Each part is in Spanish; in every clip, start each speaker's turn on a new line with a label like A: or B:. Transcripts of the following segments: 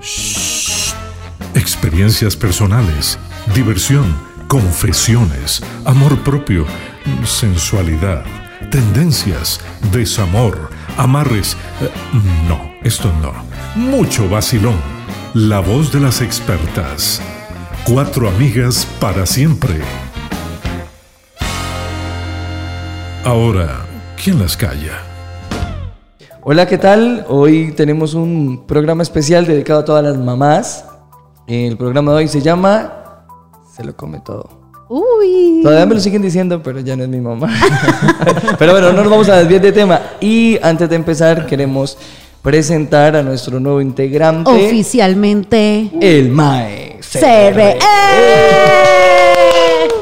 A: Shh. Experiencias personales, diversión, confesiones, amor propio, sensualidad, tendencias, desamor, amarres. Eh, No, esto no. Mucho vacilón. La voz de las expertas. Cuatro amigas para siempre. Ahora, ¿quién las calla?
B: Hola, ¿qué tal? Hoy tenemos un programa especial dedicado a todas las mamás. El programa de hoy se llama Se lo come todo.
C: Uy.
B: Todavía me lo siguen diciendo, pero ya no es mi mamá. pero bueno, no nos vamos a desviar de tema. Y antes de empezar, queremos presentar a nuestro nuevo integrante,
C: Oficialmente.
B: el Mae.
C: CRE.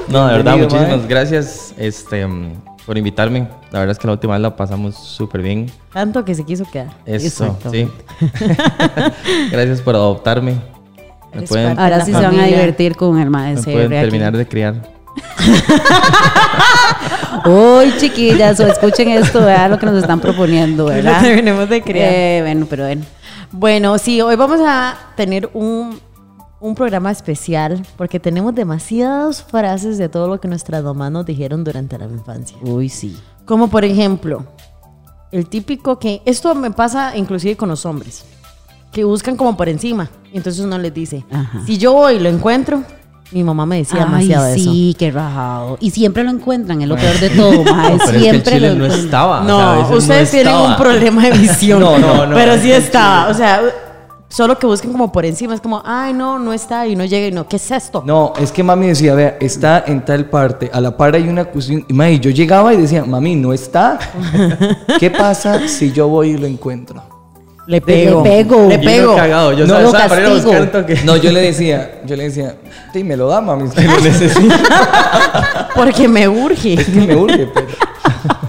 D: No, de verdad,
B: Bienvenido,
D: muchísimas
B: mae.
D: gracias este, mm, por invitarme. La verdad es que la última vez la pasamos súper bien.
C: Tanto que se quiso quedar.
D: Eso,
C: Exacto.
D: sí. gracias por adoptarme. Me
E: Eres
D: pueden,
E: parte
C: Ahora
E: La
C: sí se van a
E: familia.
C: divertir con el
D: me
C: maestro.
D: pueden terminar de criar.
C: Uy, chiquillas, o escuchen esto, vean lo que nos están proponiendo, ¿verdad?
E: Lo terminemos de crear.
C: Eh, bueno, pero bueno.
E: Bueno, sí, hoy vamos a tener un, un programa especial porque tenemos demasiadas frases de todo lo que nuestras mamás nos dijeron durante la infancia.
C: Uy, sí.
E: Como por ejemplo, el típico que, esto me pasa inclusive con los hombres, que buscan como por encima. Y entonces uno les dice,
C: Ajá.
E: si yo voy y lo encuentro, mi mamá me decía demasiado
C: Ay,
E: de eso.
C: sí, qué rajado. Y siempre lo encuentran, es lo peor de todo, mae.
D: Pero es que el
C: siempre
D: chile
C: lo
D: no
C: encuentran.
D: estaba. o
E: No,
D: sea, a veces no
E: ustedes tienen un
D: estaba.
E: problema de visión.
D: No, no, no.
E: Pero sí estaba. O sea, solo que busquen como por encima. Es como, ay, no, no está. Y no llega y no, ¿qué es esto?
B: No, es que mami decía, vea, está en tal parte, a la par hay una cocina. Y mami, yo llegaba y decía, mami, no está. ¿Qué pasa si yo voy y lo encuentro?
E: Le
C: pego.
E: Le
C: Le
D: Yo no
E: pego.
D: he cagado, yo
C: No,
D: no,
C: lo
D: para ir a
C: castigo.
D: buscar un toque.
B: No, yo le decía, yo le decía, sí, me lo da, mami.
D: Que lo necesito.
E: Porque me urge.
B: Es que me urge, pero.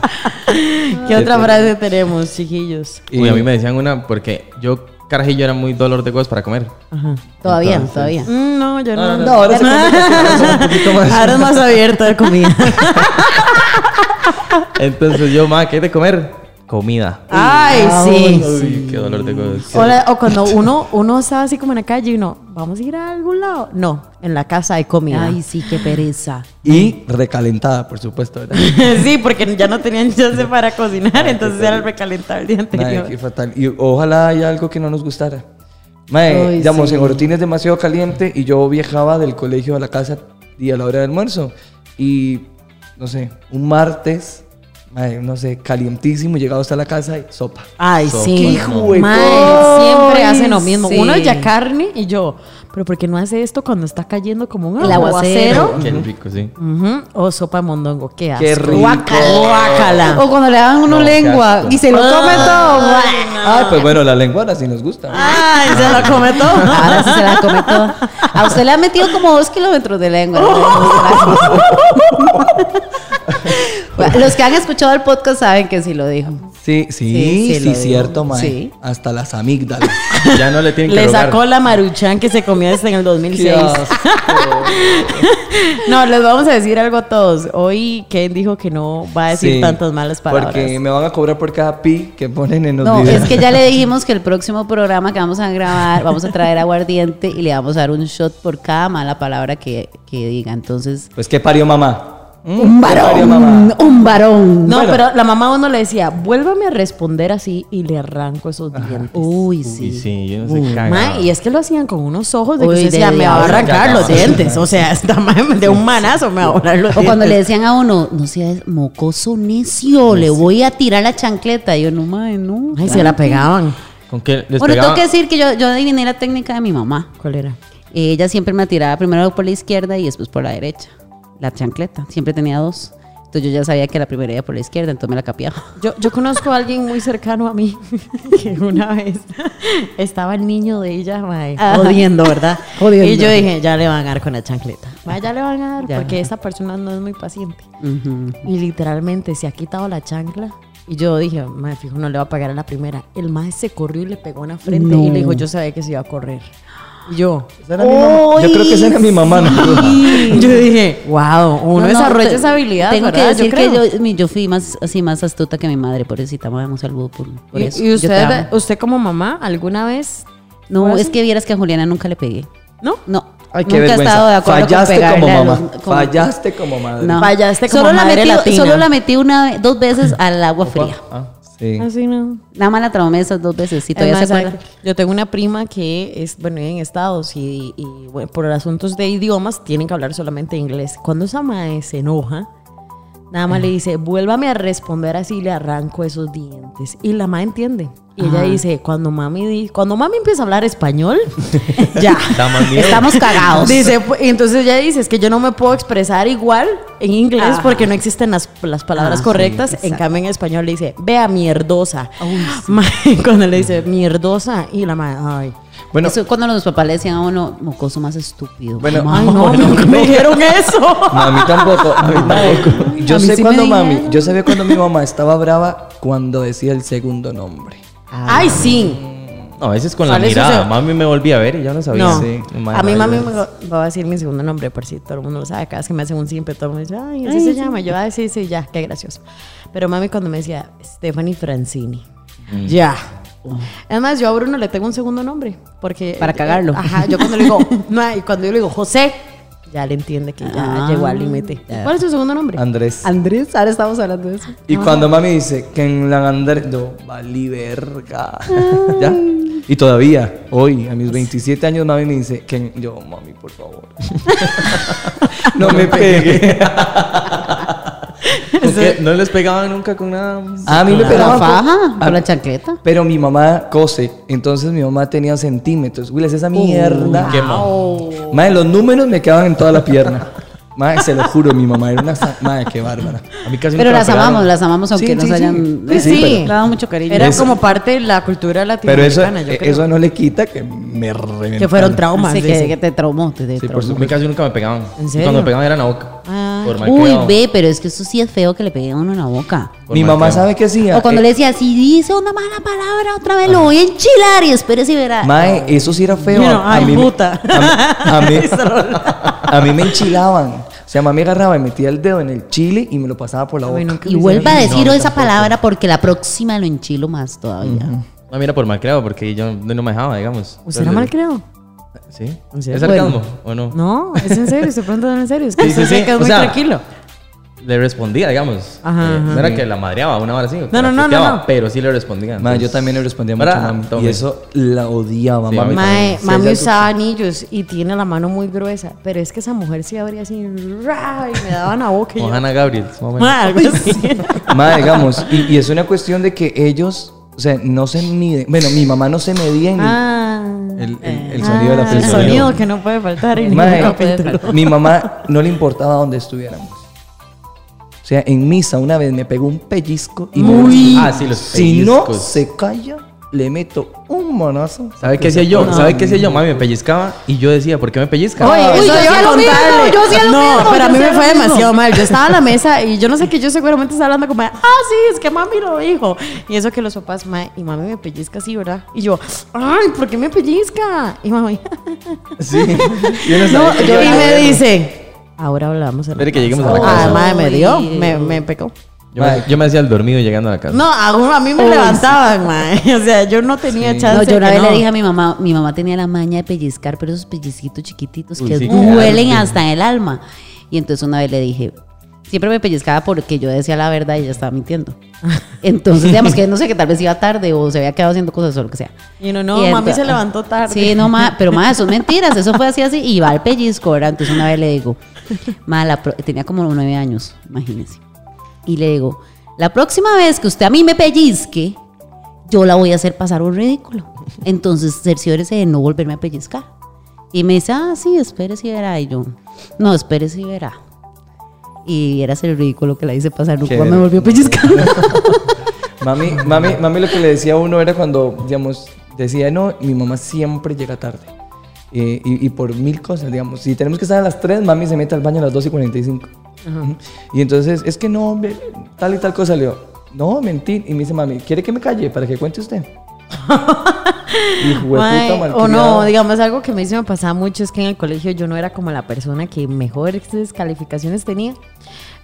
E: ¿Qué otra frase tenemos, chiquillos?
D: Uy, a mí me decían una porque yo, carajillo, era muy dolor de huevos para comer.
C: Todavía,
D: Entonces-
C: todavía.
E: Mm, no, yo no.
B: No, ahora se pone un poquito más.
E: Ahora es más abierta de comida.
D: Entonces yo, ma, ¿qué hay de comer? Comida.
E: Ay,
B: Ah,
E: sí.
D: Uy, qué dolor de huevos.
E: O, la- o cuando uno, uno está así como en la calle y uno, ¿vamos a ir a algún lado? No, en la casa hay comida.
C: Ay, sí, qué pereza.
B: Y recalentada, por supuesto. ¿verdad?
E: sí, porque ya no tenían chance para cocinar, entonces era el recalentar el día
B: Mae,
E: anterior.
B: qué fatal. Y ojalá haya algo que no nos gustara. Mae,
C: Ay,
B: digamos,
C: sí.
B: en Ortín es demasiado caliente y yo viajaba del colegio a la casa y a la hora del almuerzo. Y, no sé, un martes, mae, no sé, calientísimo, llegado hasta la casa y sopa.
E: Ay,
B: Qué
E: sí.
B: hijo de
E: Mae,
B: co-
E: siempre hacen lo mismo.
C: sí.
E: Uno ya carne y yo, pero ¿por qué no hace esto cuando está cayendo como un
C: El aguacero.
E: aguacero?
D: Qué rico, sí.
E: Ujú, O sopa de mondongo, qué asco.
B: Qué rico.
E: Guácala, guácala.
C: O cuando le dan uno
D: No, qué
C: lengua
D: asco.
C: y se lo come todo. mae.
B: Ah, pues bueno, la lengua ahora sí nos gusta.
C: Ah.
E: Ay, se la come todo.
C: Ahora sí se la come toda. A usted le ha metido como dos kilómetros de lengua. Bueno, Los que han escuchado el podcast saben que sí lo dijo.
B: Sí, sí,
C: Sí,
B: sí,
C: sí, lo digo.
B: cierto, mae.
C: Sí.
B: Hasta las amígdalas.
D: Ya no le tienen que
E: Le
D: rogar.
E: sacó la maruchan que se comió desde en el 2006.
B: Dios.
E: No, les vamos a decir algo a todos. Hoy Ken dijo que no va a decir
B: Sí,
E: tantas malas palabras.
B: Porque me van a cobrar por cada pi que ponen en los
C: No,
B: videos.
C: es que ya le dijimos que el próximo programa que vamos a grabar, vamos a traer aguardiente y le vamos a dar un shot por cada mala palabra que, que diga. Entonces,
B: Pues que parió mamá. Mm,
C: un
B: ¿qué parió
C: varón,
B: mamá.
C: un varón.
E: No,
B: Bueno.
E: pero la mamá a uno le decía, vuélvame a responder así y le arranco esos dientes.
C: Uy,
D: Sí,
C: sí.
D: sí, yo no sé
E: Ma,
D: caga.
E: y es que lo hacían con unos ojos de
C: Uy,
E: que usted
C: de
E: decía, me va a
C: diablo.
E: arrancar los
D: Sí.
E: dientes. O sea, esta ma- de un manazo me va a borrar los
C: O cuando le
E: dientes.
C: decían a uno, no seas mocoso necio, le voy a tirar la chancleta. Y yo, no, madre, no.
E: Ay, se la pegaban.
D: ¿Con qué les
C: Bueno, tengo
D: pegaba?
C: que decir que yo, yo adiviné la técnica de mi mamá.
E: ¿Cuál era?
C: Ella siempre me tiraba primero por la izquierda y después por la derecha. La chancleta. Siempre tenía dos. Entonces yo ya sabía que la primera era por la izquierda, entonces me la capiaba.
E: Yo, yo conozco a alguien muy cercano a mí que una vez estaba el niño de ella, mae,
C: Ajá.
E: Ah. jodiendo, ¿verdad?
C: Jodiendo.
E: Y yo dije, ya le van a dar con la chancleta. Mae, ya le van a dar
C: Ya.
E: porque esta persona no es muy paciente. Y literalmente se ha quitado la chancla. Y yo dije, mae, fijo, no le va a pagar a la primera. El mae se corrió y le pegó en la frente
C: No.
E: y le dijo, yo sabía que se iba a correr. Y yo.
B: Esa era mi mamá. Yo creo que esa era mi mamá, ¿no?
E: Sí. Yo dije, wow, uno
C: No, no,
E: desarrolla
C: te-
E: esa habilidad.
C: Tengo
E: ¿verdad?
C: que decir
E: creo.
C: que yo, mi- yo fui más, así, más astuta que mi madre, por eso te un saludo por, por eso.
E: ¿Y, y
C: Yo te
E: usted,
C: amo.
E: usted como mamá, alguna vez?
C: No,
E: ¿Ahora
C: es
E: sí?
C: que vieras que a Juliana nunca le pegué.
E: ¿No?
C: No,
B: Ay, qué
C: nunca he
B: vergüenza.
C: estado de acuerdo
B: Fallaste
C: con pegarle
B: como
C: a
B: mamá.
C: los- con-
B: Fallaste como madre.
C: No.
E: Fallaste como
C: solo
E: madre
C: la metí,
E: latina.
C: Solo la metí una, ve- dos veces al agua fría.
B: Ah, sí.
E: Así no.
C: Nada más la traumé esas dos veces, si todavía
E: Además,
C: se acuerda.
E: hay- Yo tengo una prima que es, bueno, vive en Estados y, y, bueno, por asuntos de idiomas tienen que hablar solamente inglés. Cuando esa madre se enoja, nada más le dice, vuélvame a responder así, le arranco esos dientes. Y la madre entiende. Y ella
C: Ah.
E: dice, cuando mami, di- cuando mami empieza a hablar español, ya.
D: Da más miedo.
C: Estamos cagados.
E: Dice, pu- y entonces ella dice, es que yo no me puedo expresar igual en inglés
C: Ajá.
E: porque no existen las, las palabras
C: Ah, sí,
E: correctas. en
C: exacto.
E: cambio, en español le dice, vea mierdosa. Mae, Cuando le dice mierdosa y la madre, ay.
B: Bueno,
C: Eso es cuando los papás le decían a uno, mocoso más estúpido.
B: Bueno,
C: Mamá,
E: Ay, no,
B: bueno,
E: nunca me
B: no.
E: dijeron eso.
B: No, a mí tampoco. A mí tampoco. Yo
C: A mí
B: sé
C: sí me
B: cuando mami,
C: dijeron.
B: yo sabía cuando mi mamá estaba brava cuando decía el segundo nombre.
E: Ay, sí.
D: No, a veces con la
E: Sale
D: mirada.
E: sucio.
D: Mami me volví a ver y yo no sabía.
E: No.
B: sí.
E: A mí mami me va me va a decir mi segundo nombre, por si todo el mundo lo sabe. Cada vez que me hacen un simple, todo el mundo dice, ay, así
C: Ay,
E: se
C: sí.
E: llama. Yo, ay, sí, sí, ya, qué gracioso. Pero mami cuando me decía Stephanie Francini, ya. Además, yo a Bruno le tengo un segundo nombre. porque eh,
C: Para cagarlo.
E: Ajá, yo cuando le digo, no, y cuando yo le digo José, ya le entiende que ya
C: Ah,
E: llegó al límite.
C: ya.
E: ¿Cuál es tu segundo nombre?
B: Andrés.
E: Andrés, ahora estamos hablando de eso.
B: Y cuando mami dice que en la Andrés, no, valí verga. ¿Ya? Y todavía, hoy, a mis 27 años, mami me dice que en- yo, mami, por favor. no me pegue.
D: ¿No les pegaban nunca con nada?
B: A mí me
C: Con la
B: pegaban con-
C: faja,
B: a-
C: con la chancleta.
B: Pero mi mamá cose, entonces mi mamá tenía centímetros. Willis, esa mierda.
D: qué mo-
B: Madre, los números me quedaban en toda la pierna. Madre, se lo juro, mi mamá era una... sa- Madre, qué bárbara.
D: A mí casi
C: Pero
D: nunca me
C: las
D: operaron.
C: amamos, las amamos aunque
B: Sí,
C: nos
B: sí, sí.
C: hayan
E: Sí, sí.
C: le dado mucho cariño.
E: Era
B: Eso-
E: como parte de la cultura
B: Pero e- eso,
E: latinoamericana, yo creo.
B: eso no le quita que me reventaron.
E: que fueron traumas.
C: Así
E: dice.
C: que, que te traumó, te, te
D: Sí, por
C: traumó.
D: su- a mí casi nunca me pegaban.
E: ¿En
D: Y
E: serio?
D: Cuando me pegaban era en la boca.
E: Ah.
D: Por mal
C: Uy,
D: criado.
C: ve, pero es que eso sí es feo que le peguen a uno en la boca.
D: Por
B: Mi
D: mal
B: mamá
D: criado.
B: sabe Eh, que sí.
C: O cuando le decía, si dice una mala palabra otra vez, lo voy a enchilar y espérese y verá.
B: Mae, eso sí era feo.
E: Mira, ay,
B: me-
E: puta.
B: A mí, a mí- a mí me enchilaban. O sea, mami agarraba y metía el dedo en el chile y me lo pasaba por la
E: Ay,
B: boca.
E: nunca
C: y
E: me
C: vuelva a
E: hicieron.
C: decir esa palabra porque la próxima lo enchilo más todavía.
D: No, mira, por mal creado, porque yo no no me dejaba, digamos.
E: ¿Usted era mal
D: Entonces,
E: creo?
D: Sí.
E: ¿En serio?
D: ¿Es sarcasmo o no?
E: No, es en serio, se pronto en serio. Es que
D: Sí,
E: usted
D: sí,
E: se
D: sí.
E: quedó
D: O
E: muy
D: sea,
E: tranquilo.
D: Le respondía, digamos.
E: Ajá,
D: Eh,
E: ajá.
D: No era que la madreaba una hora así.
E: No, no, no, no, no.
D: Pero sí le respondía.
B: Mae, yo
D: entonces-
B: también le respondía mucho
D: Para,
B: a mami. Y
D: tome.
B: eso la odiaba,
D: Sí,
B: mami.
D: mami.
E: Mae,
B: Sí,
E: mami
B: ya tú-
E: usaba anillos y tiene la mano muy gruesa, pero es que esa mujer se abría así ra, y me daban a boca. y yo,
D: Como Hannah Gabriel. más o menos.
E: Mae, algo así.
B: Mae, digamos. Y, y es una cuestión de que ellos, o sea, no se miden. Bueno, mi mamá no se medía en
E: Ah,
B: el, el- el sonido de la
E: ah, El
B: persona.
E: sonido que no puede faltar en
B: Mae,
E: ningún capítulo.
B: mi mamá no le importaba donde estuviéramos. O sea, en misa una vez me pegó un pellizco y me dijo,
D: Ah, sí, los
B: si no
D: pellizcos.
B: se calla, le meto un manazo.
D: ¿Sabe
E: Pues
D: qué hacía yo? ¿Sabe qué hacía yo? Mami me pellizcaba y yo decía, ¿por qué me pellizca?
E: Oye,
C: Uy,
E: eso
C: yo
E: hay
C: hacía
E: que
C: lo
E: contarle.
C: mismo, yo hacía lo
E: no,
C: mismo,
E: pero a
C: yo
E: mí me
C: hacía lo
E: fue
C: mismo.
E: demasiado mal. Yo estaba en la mesa y yo no sé qué, yo seguramente estaba hablando como, ah, sí, es que mami lo dijo. Y eso que los papás, ma, y mami me pellizca así, ¿verdad? Y yo, ay, ¿por qué me pellizca? Y mami,
D: Sí. yo no
E: no,
D: sabía que yo
E: y
D: era-
E: me dice, ahora hablamos. en la
D: Espere que lleguemos a
E: casa".
D: la casa.
E: Ah, madre, me
C: Uy.
E: dio, me, me pecó.
D: Yo me, yo me hacía el dormido llegando a la casa.
E: No, a, uno- a mí me
C: Uy,
E: levantaban, ma. O sea, yo no tenía chance.
C: No, yo una
E: que
C: vez
E: no.
C: le dije a mi mamá, mi mamá tenía la maña de pellizcar, pero esos pellizquitos chiquititos
D: Uy,
C: que
D: sí, claro,
C: duelen
D: sí.
C: hasta el alma. Y entonces una vez le dije, siempre me pellizcaba porque yo decía la verdad y ella estaba mintiendo. Entonces, digamos que no sé, que tal vez iba tarde o se había quedado haciendo cosas o lo que sea.
E: Y no, no,
C: Y
E: mami
C: ento-
E: se levantó tarde.
C: Sí, no, ma, pero más, son mentiras, eso fue así, así, y va al pellizco, ¿verdad? Entonces una vez le digo, ma, la pro- tenía como nueve años, imagínense. Y le digo, la próxima vez que usted a mí me pellizque, yo la voy a hacer pasar un ridículo. Entonces cerciórese de no volverme a pellizcar. Y me dice, ah, sí, espérese y verá. Y yo, no, espérese y verá. Y era el ridículo que la hice pasar, nunca
B: Qué
C: me volvió a pellizcar.
B: Mami, mami, mami lo que le decía a uno era cuando, digamos, decía, no, mi mamá siempre llega tarde. Eh, y, y por mil cosas, digamos. Si tenemos que estar a las 3, mami se mete al baño a las 2 y 45. Ujú. Y entonces, es que no, hombre, tal y tal cosa. Le digo, no, mentí. Y me dice, mami, ¿quiere que me calle para que cuente usted? Hijo de
E: Mae,
B: puta,
E: o no,
B: malcriado.
E: digamos, algo que me hizo me pasaba mucho es que en el colegio yo no era como la persona que mejores calificaciones tenía.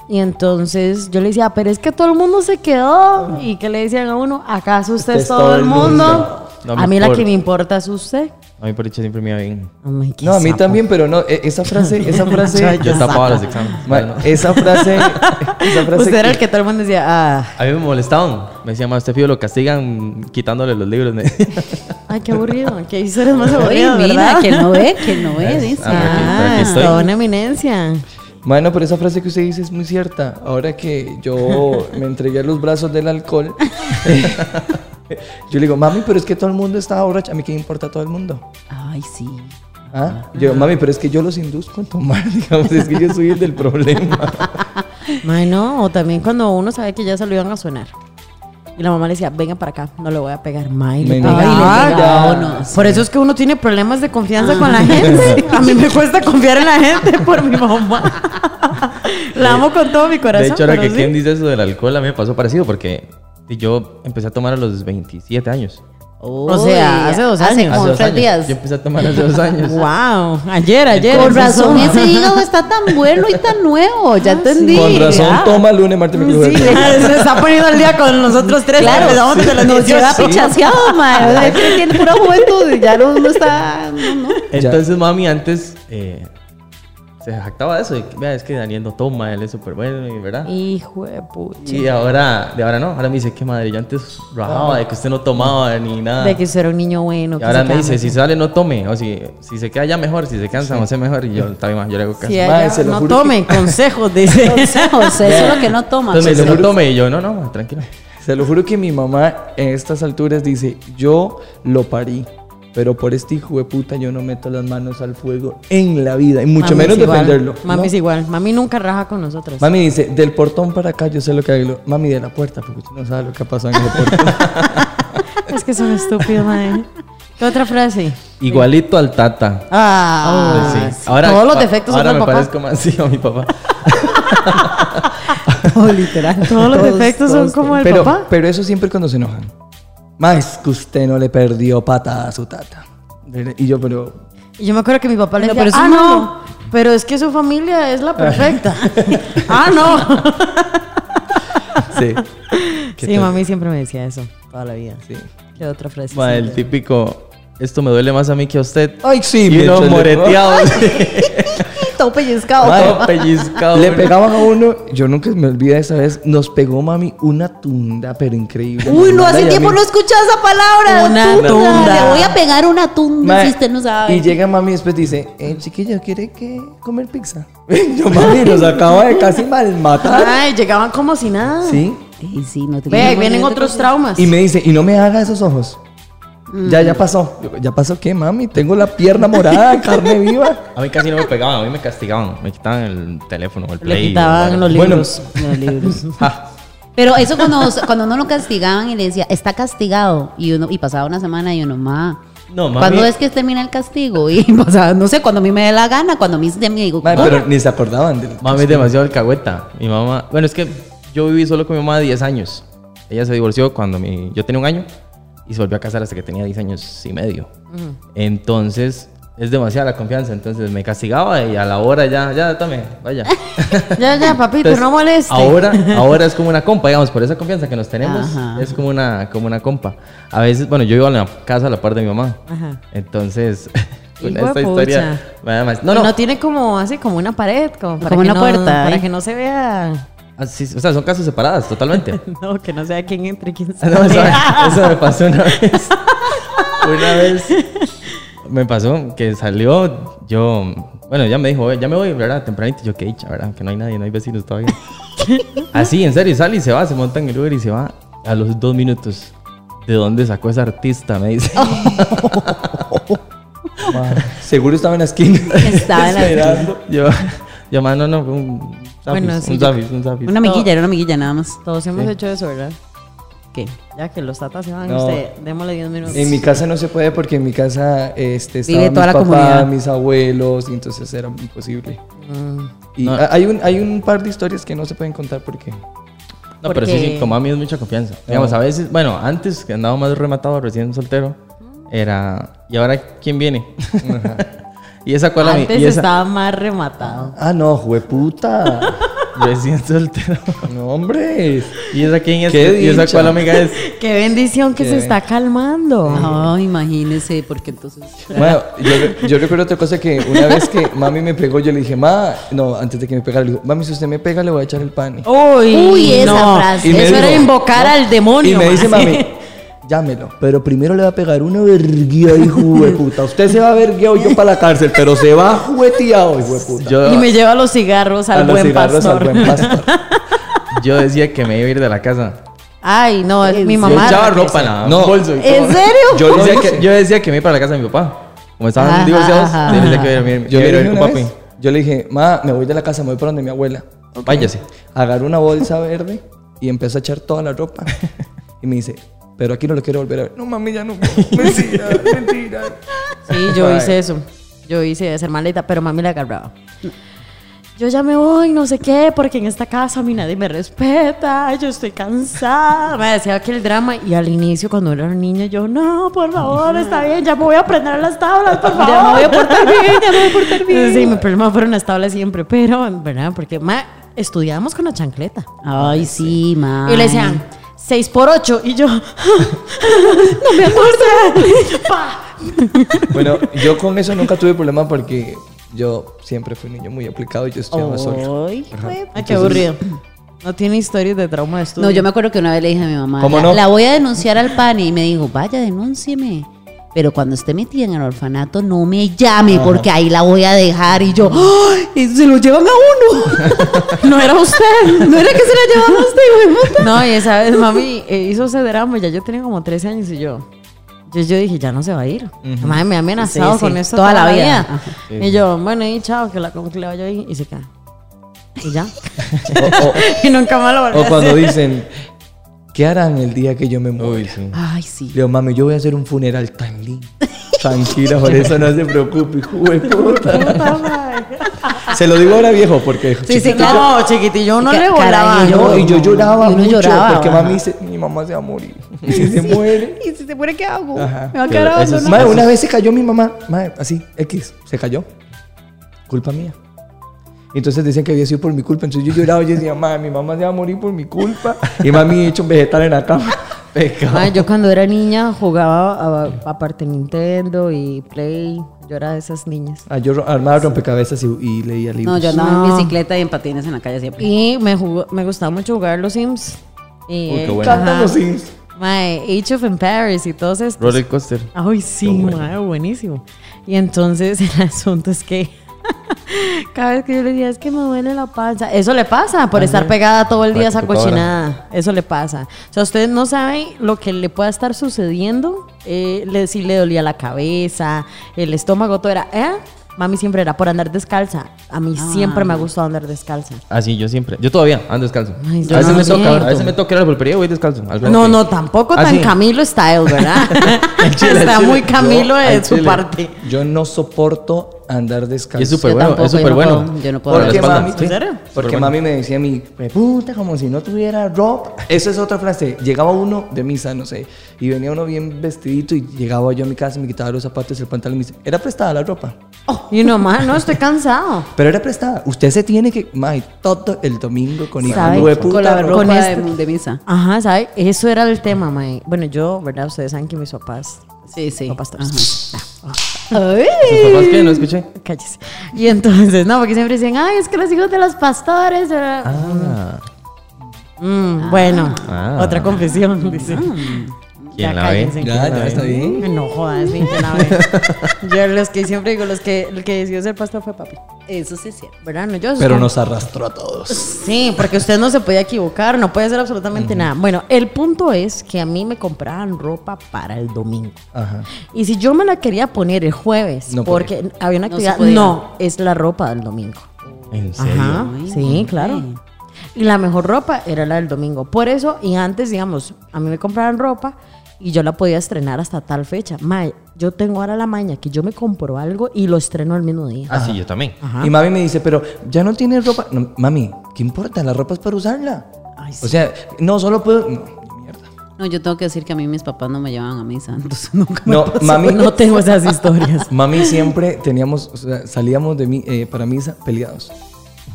E: Y entonces yo le decía, "Ah, pero es que todo el mundo se quedó. ¿Y que le decían a uno? ¿Acaso usted es todo el mundo?
D: No me
E: a mí la que
D: importa.
E: me importa es usted.
D: A mí por dicha siempre me iba bien.
E: Ay, qué
B: No, a mí
E: sapo.
B: también, pero no, e- esa frase, esa frase,
D: Yo tapaba los exámenes.
B: Ma-
D: Bueno,
B: esa frase, esa frase
E: Usted era el que todo el mundo decía, ah,
D: a mí me molestaban. Me decían, "Ma, este fijo lo castigan quitándole los libros. me decían.
E: ay, qué aburrido. Qué historias más
C: Oye,
E: aburridas,
C: mira,
E: ¿verdad?
C: que no ve, que no ve, dice.
D: Ah, pero aquí- pero
E: Ah,
D: aquí estoy.
E: toda una eminencia.
B: Bueno, pero esa frase que usted dice es muy cierta. Ahora que yo me entregué a los brazos del alcohol, yo le digo, mami, pero es que todo el mundo está borracho. ¿A mí qué me importa todo el mundo?
C: Ay, sí.
B: ¿Ah? Yo digo, mami, pero es que yo los induzco a tomar, digamos, es que yo soy el del problema.
E: Ay, no, o también cuando uno sabe que ya se lo iban a sonar. Y la mamá le decía, venga para acá, no le voy a pegar. May, le
B: Me
E: pegaba,
B: negaba.
E: le pegaba.
B: Ah,
C: no,
E: Por eso es que uno tiene problemas de confianza con la gente. A mí me cuesta confiar en la gente por mi mamá. La amo con todo mi corazón.
D: De hecho, ahora
E: pero
D: que
E: sí.
D: Ken dice eso del alcohol, a mí me pasó parecido porque yo empecé a tomar a los 27 años.
E: O sea, hace dos años.
C: como
D: Hace dos
C: tres
D: años.
C: días.
D: Yo empecé a tomar hace dos años.
E: Wow, ayer, ayer.
C: Con
E: empezó.
C: razón ese hígado está tan bueno y tan nuevo, ya entendí.
B: Con razón,
C: Ah,
B: toma lunes, martes, miércoles.
E: Sí, se está poniendo al día con nosotros tres.
C: Claro,
E: empezamos desde los
C: nos lleva
E: 18.
C: pichaseado, madre. Tiene, tiene pura juventud y ya no, no está. No, no.
D: Entonces, mami, antes eh, se jactaba de eso. de que, "Vea, es que Daniel no toma, él es súper bueno, y ¿verdad?
E: Hijo de pucha.
D: Y ahora, de ahora no, ahora me dice que madre, yo antes rajaba de que usted no tomaba ni nada.
E: De que usted era un niño bueno.
D: y
E: que
D: ahora
E: se
D: me dice,
E: cambia.
D: si sale no tome, o si, si se queda ya mejor, si se cansa no sé mejor, y yo está bien, ma, yo le hago caso.
E: Sí,
B: Mae,
E: allá,
B: se lo
E: no
B: juro que-
E: tomen consejos, dice.
C: Consejos, eso es lo que no toma.
D: Entonces me dice, no tome, y yo, no, no, ma, tranquilo.
B: Se lo juro que mi mamá en estas alturas dice, yo lo parí, pero por este hijo de puta yo no meto las manos al fuego en la vida, y mucho
E: Mami
B: menos
E: es igual,
B: defenderlo.
E: Mami
B: ¿no?
E: es igual. Mami nunca raja con nosotros.
B: Mami dice, del portón para acá yo sé lo que hago. Mami, de la puerta, porque usted no sabe lo que ha pasado en el portón.
E: Es que son estúpidos, madre. ¿Qué otra frase?
D: Igualito al tata.
E: Ah,
D: Pues sí.
E: sí. todos los
D: a-
E: defectos
D: ahora me
E: son del papá.
D: parezco más sí, a mi papá.
E: literal. Todos los defectos son como el
B: pero,
E: papá.
B: pero eso siempre cuando se enojan. Más que usted no le perdió patada a su tata. De- Y yo, pero...
E: Y yo me acuerdo que mi papá le
C: No,
E: decía,
C: pero eso
E: ah,
C: es
E: no,
C: malo".
E: pero es que su familia es la perfecta. ah, no.
D: Sí. ¿Qué
E: Sí,
D: tal?
E: mami siempre me decía eso toda la vida.
B: Sí.
E: ¿Qué otra frase?
D: Ma, el
E: siempre?
D: típico, esto me duele más a mí que a usted.
B: Ay, sí,
D: y
B: me
D: uno
B: echó el-
D: moreteado,
C: Todo pellizcado.
B: Madre,
D: todo pellizcado.
B: Le
D: ¿no?
B: pegaban a uno, yo nunca me olvidé de esa vez, nos pegó mami una tunda, pero increíble.
C: Uy, no,
B: Mamá y
C: hace
B: a
C: tiempo
B: mí.
C: no escuchaba esa palabra.
E: Una tunda.
C: Le voy a pegar una tunda
B: Mae,
C: si usted no sabe.
B: Y llega mami y después dice, eh, chiquilla, ¿quiere que comer pizza? yo, mami, nos acaba de casi malmatar.
E: Ay, llegaban como si nada.
B: ¿Sí?
C: Y sí, no
E: Ve, ahí vienen otros traumas.
B: Y me dice, y no me haga esos ojos.
C: Mm.
B: Ya, ya pasó. Yo, ¿Ya pasó qué, mami? Tengo la pierna morada, carne viva.
D: A mí casi no me pegaban, a mí me castigaban. Me quitaban el teléfono, el
E: Le
D: play.
E: quitaban los
B: Bueno.
E: libros. Los libros.
C: Pero eso cuando, cuando uno lo castigaban y le decía, está castigado. Y uno, y pasaba una semana y uno, ma.
D: No, mami.
C: ¿Cuándo es que termina el castigo? Y pasaba, no sé, cuando a mí me dé la gana, cuando a mí se me digo,
B: Mae,
C: "Ah,
B: pero ni se acordaban del...
D: Mami es demasiado alcahueta. Mi mamá. Bueno, es que yo viví solo con mi mamá 10 años. Ella se divorció cuando mi- yo tenía un año y se volvió a casar hasta que tenía 10 años y medio. Entonces, es demasiada la confianza. Entonces me castigaba y a la hora ya, ya, tome, vaya.
E: ya, ya, papito,
D: Entonces,
E: no moleste.
D: Ahora, ahora es como una compa, digamos, por esa confianza que nos tenemos,
C: Ajá.
D: es como una, como una compa. A veces, bueno, yo iba a la casa a la par de mi mamá.
E: Ajá.
D: Entonces, con
E: Hijo de
D: esta historia. nada más- No,
E: Y
D: no,
E: tiene como así como una pared, como para
C: Como
E: que
C: una
E: no,
C: puerta,
E: para
C: ¿eh?
E: que no se vea,
D: así- o sea, son casas separadas, totalmente.
E: no, que no se vea quién entre y quién
D: Ah,
E: sale.
D: No, eso, eso me pasó una vez. Una vez me pasó que salió yo. Bueno, ya me dijo, "Oye, ya me voy, ¿verdad? Tempranito. Yo, qué dicha, ¿verdad? Que no hay nadie, no hay vecinos todavía. Así, en serio, sale y se va, se monta en el Uber y se va a los dos minutos. ¿De dónde sacó ese artista? Me dice.
B: Mae, seguro estaba en la esquina.
C: Estaba en la esquina.
D: yo, yo, mano, no, fue un zafis,
E: Bueno, sí,
D: un
E: yo-
D: zafis, un zafis.
C: una amiguilla, era una amiguilla nada más.
E: Todos hemos hecho eso, ¿verdad?
C: ¿Qué?
E: Ya que los tatas se van,
B: No.
E: usted, démosle 10 minutos.
B: En mi casa no se puede porque en mi casa este, estaban
C: Vive toda
B: mis
C: la
B: papás,
C: comunidad.
B: mis abuelos, y entonces era imposible.
E: Mm.
B: Y
D: No.
B: a- hay, un, hay un par de historias que no se pueden contar porque
D: No, pero sí, sí,
E: Porque- Ah.
D: con mami es mucha confianza. Digamos, a veces, bueno, antes que andaba más rematado, recién soltero,
E: Mm.
D: era, ¿y ahora quién viene? y esa cuál
E: Antes
D: y esa,
E: estaba más rematado.
B: Ah, no, jueputa.
D: recién soltero.
B: no, hombre.
D: ¿Y esa quién es?
B: Qué
D: ¿Y esa
B: dicha.
D: cuál amiga es?
E: Qué bendición que se está calmando.
C: No, imagínese, porque entonces.
B: Bueno, yo, re- yo recuerdo otra cosa que una vez que mami me pegó, yo le dije, ma, no, antes de que me pegara, le digo, mami, si usted me pega, le voy a echar el pan.
E: Uy,
C: Uy, esa frase.
B: Y me
E: Eso era
B: dijo,
E: invocar al demonio.
B: Y me dice,
E: ma.
B: mami, llámelo. Pero primero le va a pegar una verguía, hijo de puta. Usted se va vergueado y yo para la cárcel, pero se va jugueteado, hijo de puta.
D: Yo,
E: Y me lleva los cigarros al,
B: a los
E: buen,
B: cigarros
E: pastor.
B: al buen pastor.
D: yo decía que me iba a ir de la casa.
E: Ay, no, es mi
D: Yo
E: mamá.
D: echaba ropa en la-
B: No.
D: un bolso. y
E: ¿En
D: todo.
E: serio?
D: Yo
B: ¿Cómo
D: decía,
B: dice?
D: que, yo decía que me iba para la casa de mi papá. Como estaban
C: Ajá,
D: divorciados,
C: ajá,
D: yo decía
C: ajá.
D: que iba a ir,
B: Yo le, dije
D: con
B: una
D: papi.
B: vez, yo le dije, ma, me voy de la casa, me voy para donde mi abuela.
D: Váyase.
B: Agarró una bolsa verde y empezó a echar toda la ropa. Y me dice, pero aquí no lo quiero volver a ver. No, mami, ya no. Mentira, mentira.
E: Sí, yo hice eso. Yo hice esa maleta, pero mami la agarraba. Yo ya me voy, no sé qué, porque en esta casa a mí nadie me respeta, yo estoy cansada. Me decía que el drama, y al inicio, cuando era niña, yo, no, por favor, está bien, ya me voy a aprender las tablas, por favor. Ya me voy a portar bien, ya me voy a portar bien. Sí, mi problema fueron las tablas siempre, pero, ¿verdad? Porque ma, estudiábamos con la chancleta.
C: Ay, sí, ma.
E: Y le decían, 6 por 8 y yo, no me acuerdo. Pa.
B: Bueno, yo con eso nunca tuve problema porque yo siempre fui un niño muy aplicado y yo
C: Oh.
B: estudiaba solo.
C: Ay, jue-
E: Ay, Ah, qué aburrido. No tiene historias de trauma de estudio.
C: No, yo me acuerdo que una vez le dije a mi mamá,
B: ¿Cómo
C: la,
B: no?
C: la voy a denunciar al PANI y me dijo, vaya, denúncieme. Pero cuando esté metida en el orfanato, no me llame porque ahí la voy a dejar. Y yo, ¡ay! Y se lo llevan a uno. no era usted. No era que se la llevaban a usted, hijo de puta.
E: No, y esa vez mami eh, hizo ese drama, ya yo tenía como 13 años y yo. Yo, yo dije, ya no se va a ir. Madre, me ha amenazado
C: Sí, sí,
E: con esto
C: toda la vida. Ajá.
E: Y yo, bueno, y chao, que la concleo yo y, y se cae. Y ya.
B: O,
E: y nunca más lo volví
B: o-
E: a
B: o cuando
E: hacer.
B: dicen, ¿qué harán el día que yo me muera?
D: Uy, sí.
C: Ay, sí.
B: Le digo, mami, yo voy a hacer un funeral tan lindo. Tranquila, por eso no se preocupe, hijo de puta.
E: Puta madre.
B: Se lo digo ahora viejo porque.
C: Sí, sí, claro.
E: No, chiquitillo, no
C: Ca-
E: le volaba.
C: carajillo.
E: ¿no?
B: No, y yo lloraba
C: Y uno
B: mucho
C: lloraba,
B: porque
C: ajá.
B: mami dice, mi mamá se va a morir. Y si se muere.
C: ¿Y si se muere, qué hago?
B: Ajá.
C: Me va a
D: Pero
C: quedar
D: eso sí-
C: abandonada.
B: Madre, una vez se cayó mi mamá, madre, así, X, se cayó. Culpa mía. Y Entonces decían que había sido por mi culpa. Entonces yo lloraba y decía, madre, mi mamá se va a morir por mi culpa. Y mami hecho un vegetal en la cama.
D: Pecado.
E: Ay, Ah, yo cuando era niña jugaba a- aparte Nintendo y Play. Yo era de esas niñas.
B: Ah, yo ro- armaba rompecabezas y, y leía libros.
C: No, yo andaba
E: No.
C: en bicicleta y en patines en la calle siempre.
E: Y me, jugó- me gustaba mucho jugar los Sims. Y,
D: Uy, qué
E: eh,
D: bueno.
B: Cantan los Sims.
E: Mae, Age of Empires y todos estos.
D: Roller coaster.
E: Ay, sí, mae, buenísimo. Y entonces el asunto es que cada vez que yo le decía, es que me duele la panza. Eso le pasa por estar pegada todo el
D: la
E: día a esa
D: computadora.
E: cochinada. Eso le pasa. O sea, ustedes no saben lo que le pueda estar sucediendo. Eh, le, si le dolía la cabeza, el estómago, todo era. ¿eh? Mami siempre era por andar descalza. A mí
D: Ah.
E: siempre me ha gustado andar descalza.
D: Así yo siempre. Yo todavía ando descalzo.
E: Ay, yo
D: a veces
E: no
D: me
E: siento.
D: toca, a veces me toca ir a la pulpería y voy descalzo. al frente.
E: No, no, tampoco
D: Ah,
E: tan
D: sí.
E: Camilo Style, ¿verdad?
D: chile,
E: Está
D: al chile.
E: muy
D: Yo,
E: Camilo de
D: al
E: su
D: chile.
E: parte.
B: Yo no soporto andar
D: Y es
B: descalzo.
D: súper
C: Yo
D: bueno,
C: tampoco,
D: es súper
C: yo no
D: bueno.
C: puedo, yo no puedo.
D: Para la
B: Porque,
D: espalda.
B: mami,
D: Sí.
B: ¿En serio? porque
D: bueno.
B: mami me decía a mí, "Me puta, como si no tuviera ropa. Esa es otra frase. Llegaba uno de misa, no sé, y venía uno bien vestidito y llegaba yo a mi casa, me quitaba los zapatos, el pantalón y me dice, era prestada la ropa.
E: Y no más, no, estoy cansado.
B: Pero era prestada. Usted se tiene que, mae, todo el domingo con hijo
E: ¿Sabe?
B: de
C: Con la
B: puta
C: ropa
B: ropa.
C: de- de, misa.
E: Ajá, ¿sabes? Eso era el tema, mae. Bueno, yo, ¿verdad? Ustedes saben que mis papás.
C: Sí, sí.
E: Papás
C: Ajá.
E: todos.
D: ¿Sus papás qué? No escuché.
E: Cállese. Y entonces, no, porque siempre dicen, ay, es que los hijos de los pastores. ¿verdad?
D: Ah,
E: Mm, bueno,
D: Ah.
E: otra confesión, dicen.
D: ¿quién la
E: cállense,
D: ve?
E: ¿quién
B: Ya,
E: la
B: ya
E: ve?
B: está bien.
E: No jodas, ni que la ve. Yo los que siempre digo, los que, el que decidió ser pastor fue papi.
C: Eso sí es cierto.
E: ¿Verdad? No, yo
B: Pero nos arrastró a todos.
E: Sí, porque usted no se podía equivocar, no puede hacer absolutamente nada. Bueno, el punto es que a mí me compraban ropa para el domingo.
B: Ajá.
E: Y si yo me la quería poner el jueves,
B: No
E: porque había una
C: No
E: actividad,
C: se
E: no,
C: podía.
E: es la ropa del domingo.
D: ¿En serio?
E: Ajá, sí, claro. Y la mejor ropa era la del domingo. Por eso, y antes, digamos, a mí me compraban ropa y yo la podía estrenar hasta tal fecha. Mae, yo tengo ahora la maña que yo me compro algo y lo estreno al mismo día.
D: Ah, sí, yo también.
E: Ajá.
B: Y mami me dice, pero ya no tienes ropa. No, mami, ¿qué importa? La ropa es para usarla. O sea, no, solo puedo. No, mierda.
C: No, yo tengo que decir que a mí mis papás no me llevaban a misa, entonces nunca me
B: No,
C: pasó.
B: mami.
E: No tengo esas historias.
B: Mami siempre teníamos, o sea, salíamos de mi- eh, para misa peleados.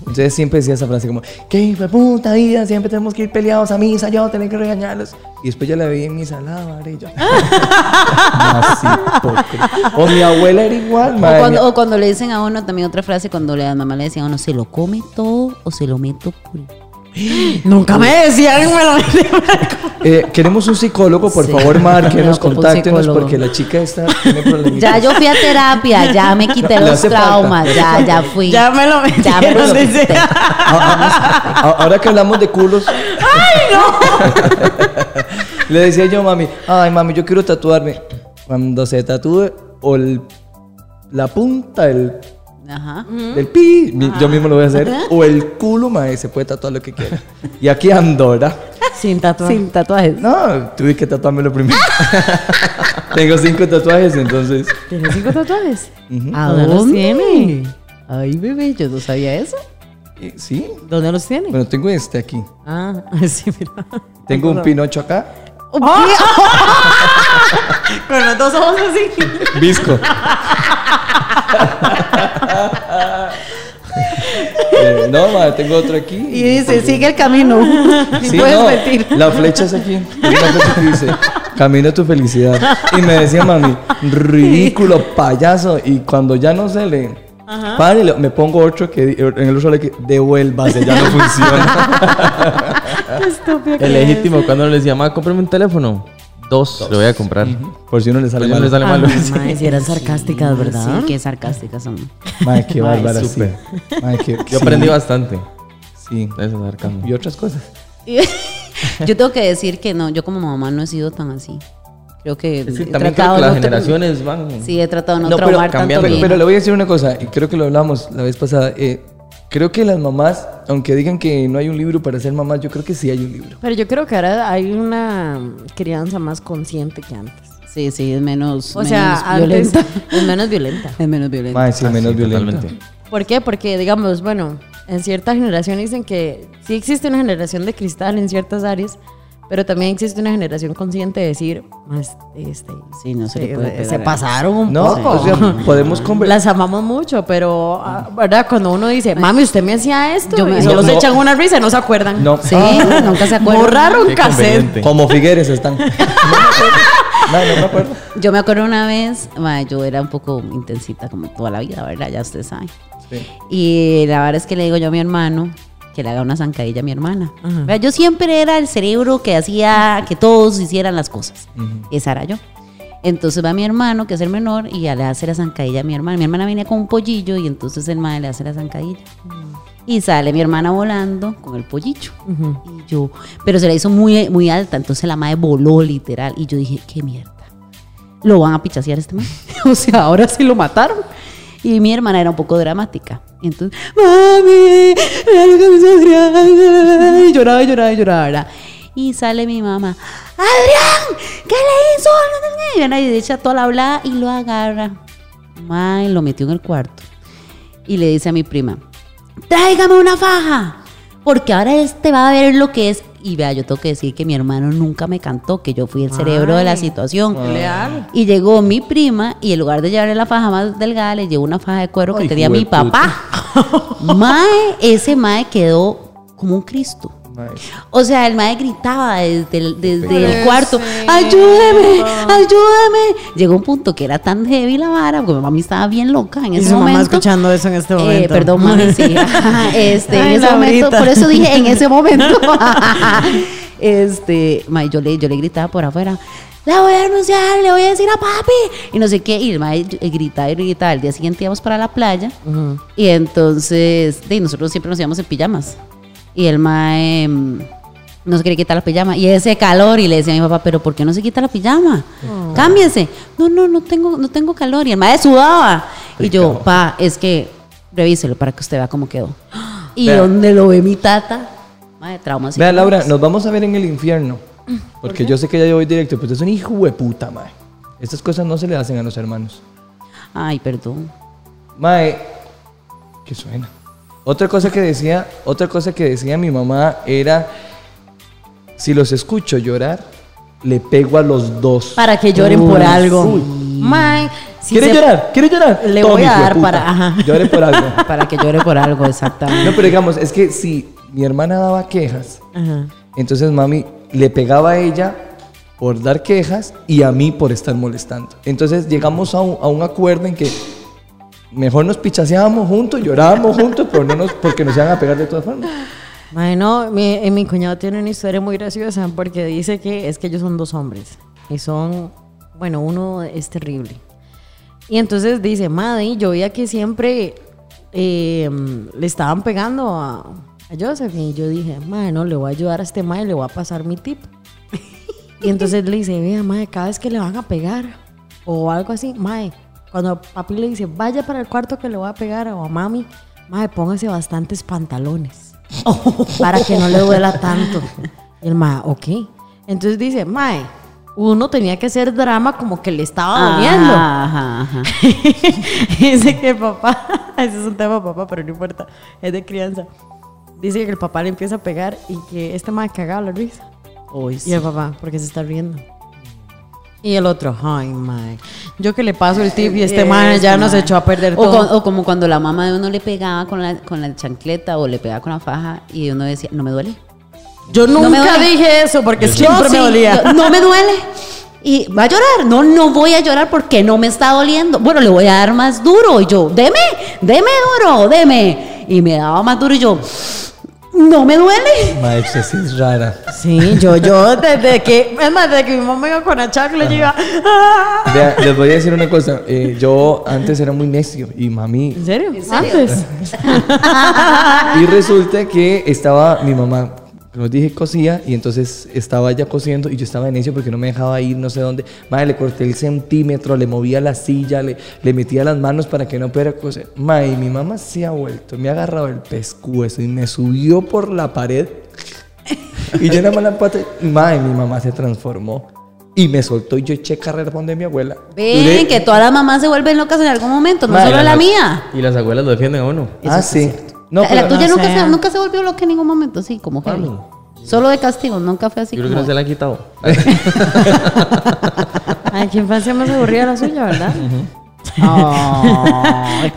B: Entonces siempre decía esa frase como, qué hijo de puta vida, siempre tenemos que ir peleados a misa, yo tenía que regañarlos. Y después ya la veía en misa, la madre, y yo. Más hipócrita. o mi abuela era igual,
C: O
B: madre.
C: cuando, o cuando le dicen a uno también otra frase, cuando la mamá le decía a uno, se lo come todo o se lo meto por el-".
E: Nunca me decían, me lo
B: Eh, queremos un psicólogo, por
C: Sí.
B: favor, Mar, que
C: No,
B: nos
C: como un
B: contáctenos
C: psicólogo.
B: porque la chica está tiene problemitas.
C: Ya yo fui a terapia, ya me quité
B: No, le
C: los
B: hace falta,
C: traumas,
B: le hace
C: ya,
B: falta.
C: ya fui.
E: Ya me lo
C: Ya
E: metieron,
C: me lo
E: dice.
C: metí.
B: A- a- Ah, Ahora que hablamos de culos. ¡Ay, no! Le decía yo a mami, ay, mami, yo quiero tatuarme. Cuando se tatúe, o el- la punta del,
C: Ajá.
B: del pi, mi- yo mismo lo voy a hacer, o el culo, mae, se puede tatuar lo que quiera. Y aquí Andorra.
E: Sin tatuaje.
C: Sin tatuajes.
B: No, tuve que tatuármelo primero. Tengo cinco tatuajes, entonces.
E: ¿Tienes cinco tatuajes?
C: ¿A
E: ¿Dónde los
C: dónde?
E: tiene?
C: Ay, bebé, yo no sabía eso.
B: Eh, Sí.
E: ¿Dónde los tiene?
B: Bueno, tengo este aquí.
E: Ah, sí, mira. Ah.
B: Tengo un pinocho acá.
C: Oh,
E: Con los dos ojos así.
B: Visco. Eh, no, madre, tengo otro aquí.
C: Y dice, sigue el camino.
E: Ah.
C: Ni
B: Sí,
C: puedes
B: no,
C: mentir.
B: La flecha es aquí. Hay una flecha que dice, camino a tu felicidad. Y me decía mami, ridículo, payaso. Y cuando ya no se le pare, le- me pongo otro que di- en el usuario que devuélvase, ya no funciona.
D: El legítimo, cuando uno le decía, mamá, cómprame un teléfono. Dos, lo voy a comprar.
B: Por si uno le sale
D: Por si no
B: mal.
D: le sale
E: Ah,
D: malo.
E: no, mae, si eran sarcásticas, ¿verdad?
C: Sí, qué sarcásticas son.
B: Madre, qué
D: Ay,
B: bárbara, sí.
D: súper.
B: Madre, qué-
D: Yo
B: sí,
D: aprendí bastante
B: Sí.
D: de ese sarcasmo.
B: Y otras cosas.
C: yo tengo que decir que no, yo como mamá no he sido tan así. Creo que,
D: Es que
C: he
D: también creo
C: tratado
D: que las
C: no tra-
D: generaciones van.
C: Sí, he tratado de no,
D: No, pero
C: traumar tanto
D: cambiando,
C: a mi
B: Pero,
C: hija.
B: pero le voy a decir una cosa, y creo que lo hablamos la vez pasada. eh, creo que las mamás, aunque digan que no hay un libro para ser mamás, yo creo que sí hay un libro.
E: Pero yo creo que ahora hay una crianza más consciente que antes.
C: Sí, sí, es menos,
E: O sea,
C: menos
E: antes
C: violenta.
E: es menos violenta.
C: Es menos violenta.
B: Más sí, menos violento.
D: Totalmente.
E: ¿Por qué? Porque, digamos, bueno, en cierta generación dicen que sí existe una generación de cristal en ciertas áreas, pero también existe una generación consciente de decir, más este,
C: Sí, no se le puede pegar a pues
E: se
C: la-
E: pasaron un
B: No,
E: poco.
B: o sea, podemos conversar.
E: Las amamos mucho, pero, ah, ¿verdad? Cuando uno dice, mami, usted me hacía esto,
C: Yo me-
E: y solo
B: No,
E: se
B: no.
E: echan una risa y no se acuerdan.
B: No.
C: Sí,
B: Ah,
C: nunca se acuerdan.
E: Borraron
D: Qué
E: cassette.
D: conveniente.
B: como Figueres están. No me acuerdo. No, no me acuerdo.
C: Yo me acuerdo una vez, ma, yo era un poco intensita como toda la vida, ¿verdad? Ya ustedes saben.
B: Sí.
C: Y la verdad es que le digo yo a mi hermano que le haga una zancadilla a mi hermana. Vea, Yo siempre era el cerebro que hacía que todos hicieran las cosas. Esa era yo. Entonces va mi hermano, que es el menor, y ya le hace la zancadilla a mi hermana. Mi hermana venía con un pollillo y entonces el madre le hace la zancadilla. Y sale mi hermana volando con el pollillo. Y yo, pero se la hizo muy, muy alta, entonces la madre voló literal. Y yo dije, qué mierda. Lo van a pichasear este man. o sea, ahora sí lo mataron. Y mi hermana era un poco dramática. Entonces, mami, mira lo que me hizo Adrián. Y lloraba, y lloraba, y lloraba. ¿verdad? Y sale mi mamá, Adrián, ¿qué le hizo? Y viene Y echa toda la bla y lo agarra. Mae, lo metió en el cuarto y le dice a mi prima, tráigame una faja, porque ahora este va a ver lo que es. Y vea, yo tengo que decir que mi hermano nunca me cantó, que yo fui el cerebro de la situación. Y llegó mi prima y en lugar de llevarle la faja más delgada, le llevó una faja de cuero que
B: Ay,
C: tenía mi
B: jueputa.
C: papá. mae, ese mae quedó como un Cristo. O sea, el mae gritaba desde el, desde el cuarto, ayúdeme, ayúdeme. Llegó un punto que era tan heavy la vara, porque mi mami estaba bien loca en
E: Y
C: ese
E: su
C: momento.
E: mamá escuchando eso en este
C: Eh,
E: momento.
C: perdón, mami, sí. Ajá, este, en
E: Ay,
C: ese momento,
E: Laurita.
C: por eso dije en ese momento. este, mae, yo le, yo le gritaba por afuera. La voy a denunciar, le voy a decir a papi. Y no sé qué. Y el mae eh, gritaba y gritaba. El día siguiente íbamos para la playa. Y entonces, de, nosotros siempre nos íbamos en pijamas. Y el mae mm, no se quería quitar la pijama. Y ese calor, y le decía a mi papá, pero ¿por qué no se quita la pijama?
E: Oh.
C: Cámbiense. No, no, no tengo, no tengo calor. Y el mae sudaba. Y yo, pa, es que revíselo para que usted vea cómo quedó. Y
B: Vea.
C: donde lo ve mi tata, mae, traumas.
B: Vea, Laura, nos vamos a ver en el infierno. Porque yo sé que ya yo voy directo, pero usted es un hijo de puta, mae. Estas cosas no se le hacen a los hermanos.
C: Ay, perdón.
B: Mae, ¿qué suena? Otra cosa que decía, otra cosa que decía mi mamá era Si los escucho llorar, le pego a los dos.
C: Para que lloren por
B: Uy,
C: algo.
B: uy.
C: Mae, si
B: ¿Quiere
C: se-
B: llorar? ¿Quiere llorar?
C: Le
B: Tome,
C: voy a
B: hijo de
C: dar
B: puta.
C: para- ajá.
B: Llore por algo.
C: Para que llore por algo,
B: No,
C: exactamente.
B: pero digamos, es que si mi hermana daba quejas,
E: Ajá.
B: entonces mami le pegaba a ella por dar quejas y a mí por estar molestando. Entonces llegamos a un, a un acuerdo en que mejor nos pichaseábamos juntos, llorábamos juntos, pero no nos, porque nos iban a pegar de todas formas.
E: Bueno, mi, eh, mi cuñado tiene una historia muy graciosa porque dice que es que ellos son dos hombres y son, bueno, uno es terrible. Y entonces dice, madre, yo veía que siempre eh, le estaban pegando a, a Joseph y yo dije, madre, no, le voy a ayudar a este madre, le voy a pasar mi tip. Y entonces le dice, mira, madre, cada vez que le van a pegar o algo así, madre, cuando papi le dice, vaya para el cuarto que le voy a pegar o a mami, madre, póngase bastantes pantalones para que no le duela tanto. Y el mae, ok. Entonces dice, mae, uno tenía que hacer drama como que le estaba doliendo.
C: Ajá, ajá, ajá.
E: Dice que el papá, ese es un tema papá, pero no importa, es de crianza. Dice que el papá le empieza a pegar y que este mae cagado la risa.
C: Uy, sí.
E: Y el papá, porque se está riendo. Y el otro, ay, mae. Yo que le paso el tip y este mae ya nos echó a perder
C: o,
E: todo.
C: con- o como cuando la mamá de uno le pegaba con la, con la chancleta o le pegaba con la faja y uno decía, no me duele.
E: yo
C: no me
E: nunca
C: duele.
E: dije eso porque siempre
C: Yo
E: me
C: sí,
E: dolía.
C: yo- no me duele. Y va a llorar. No, no voy a llorar porque no me está doliendo. Bueno, le voy a dar más duro. Y yo, deme, deme duro, deme. Y me daba más duro y yo, no me duele.
B: Madre, pues, es rara.
E: Sí, yo, yo desde que, es más, desde que mi mamá iba con la chancla, yo iba, "Ah".
B: Vea, les voy a decir una cosa. eh, yo antes era muy necio y mami.
E: ¿En serio? Ah, pues,
C: serio?
E: Antes.
B: Y resulta que estaba mi mamá, como dije, cosía y entonces estaba ella cosiendo y yo estaba en necio porque no me dejaba ir, no sé dónde. Madre, le corté el centímetro, le movía la silla, le, le metía las manos para que no pudiera coser. Madre, y mi mamá se ha vuelto, me ha agarrado el pescuezo y me subió por la pared. Y yo en la mala pata, madre, mi mamá se transformó. Y me soltó y yo eché carrera para donde mi abuela. Duré-
C: Ven, que todas las mamás se vuelven locas en algún momento, no
B: Madre,
C: solo
D: Y
C: la
D: las-
C: mía.
D: Y las abuelas lo defienden a uno.
B: Ah, sí. No,
C: la, la
B: pero-
C: tuya
E: no
C: nunca,
E: sé.
C: se, nunca se volvió loca en ningún momento, sí, como heavy. Solo de castigo, nunca fue así.
D: Yo creo que
C: como-
D: no se la han quitado.
E: Ay, qué infancia más aburrida la suya, ¿verdad?
C: Oh.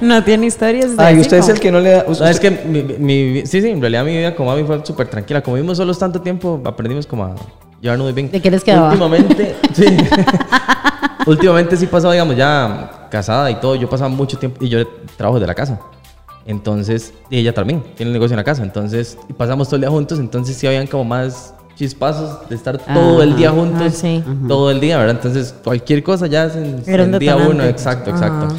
E: No tiene historias. de
B: Ay,
E: así
B: usted es
E: como-
B: el que no le da.
D: No, es que mi, mi- sí, sí, en realidad mi vida con mami fue súper tranquila. Como vivimos solos tanto tiempo, aprendimos como a llevarnos muy bien.
C: ¿De qué les quedaba?
D: Últimamente, sí. Últimamente sí pasaba, digamos, ya casada y todo. Yo pasaba mucho tiempo y yo trabajo de la casa. Entonces, y ella también tiene el negocio en la casa. Entonces, y pasamos todo el día juntos. Entonces, sí habían como más chispazos de estar todo el día
C: Ajá.
D: juntos.
E: Ah, sí.
D: Todo el día, ¿verdad? Entonces, cualquier cosa ya se en-
E: Era un
D: día
E: detonante.
D: uno. Exacto, exacto.
E: Ajá.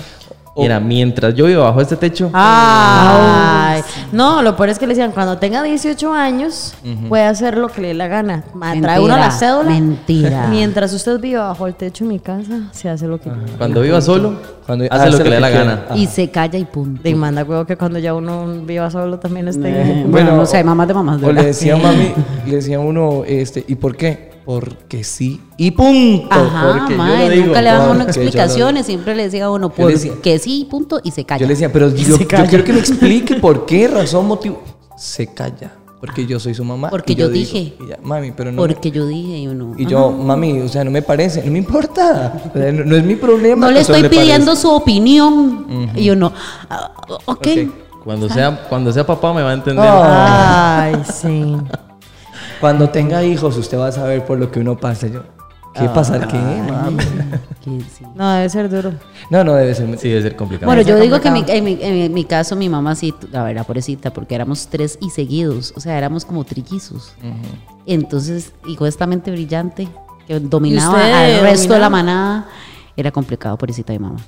D: Y Era mientras yo vivo bajo este techo.
E: Ay. No, lo peor es que le decían, cuando tenga 18 años, puede hacer lo que le dé la gana. Ma, Trae uno la
C: Mentira,
E: cédula.
C: mentira.
E: Mientras usted viva bajo el techo de mi casa, se hace lo que quiera.
D: Cuando viva solo,
B: Cuando-
D: hace lo que le da la
B: quiera.
D: gana.
C: Y se calla y punto.
E: Y manda huevo que cuando ya uno viva solo también esté.
C: Eh, bueno, no sé, mamás de mamás, de
B: O le
C: verdad.
B: decía a mami, le decía a uno, este, ¿y por qué? Porque sí. Y punto.
C: Ajá,
B: porque yo
C: mae,
B: lo digo,
C: nunca le daban
B: porque
C: uno
B: yo lo digo.
C: explicaciones, siempre le decía a uno,
B: Yo le decía-
C: porque sí, punto, y se calla.
B: Yo le decía, pero yo,
E: se
B: yo
E: calla.
B: quiero que me explique por qué, razón, motivo. Se calla. Porque yo soy su mamá.
C: Porque
B: y
C: yo
B: digo.
C: dije.
B: Y ya, mami, pero no.
C: porque yo dije, y uno.
B: Y yo, mami, o sea, no me parece, no me importa. O sea, no, no es mi problema.
C: "Ah, No le
B: que solo
C: estoy pidiendo
B: parezca.
C: su opinión. Y yo no. ah, ok.
D: Cuando
C: Ah.
D: sea, cuando sea papá me va a entender.
B: Ah,
E: Ay, sí.
B: Cuando tenga hijos, usted va a saber por lo que uno pasa. Yo, ¿qué
C: Ah,
B: pasar qué, mami?
C: Que sí.
E: No, debe ser duro.
B: No, no debe ser. muy-
D: Sí, debe ser complicado.
C: Bueno, yo digo que en mi, en, mi, en mi caso, mi mamá sí, la verdad, pobrecita, porque éramos tres y seguidos. O sea, éramos como trillizos. Entonces, y justamente brillante, que dominaba
E: usted
C: al resto de la
E: dominaba?
C: manada, era complicado, pobrecita, mi mamá.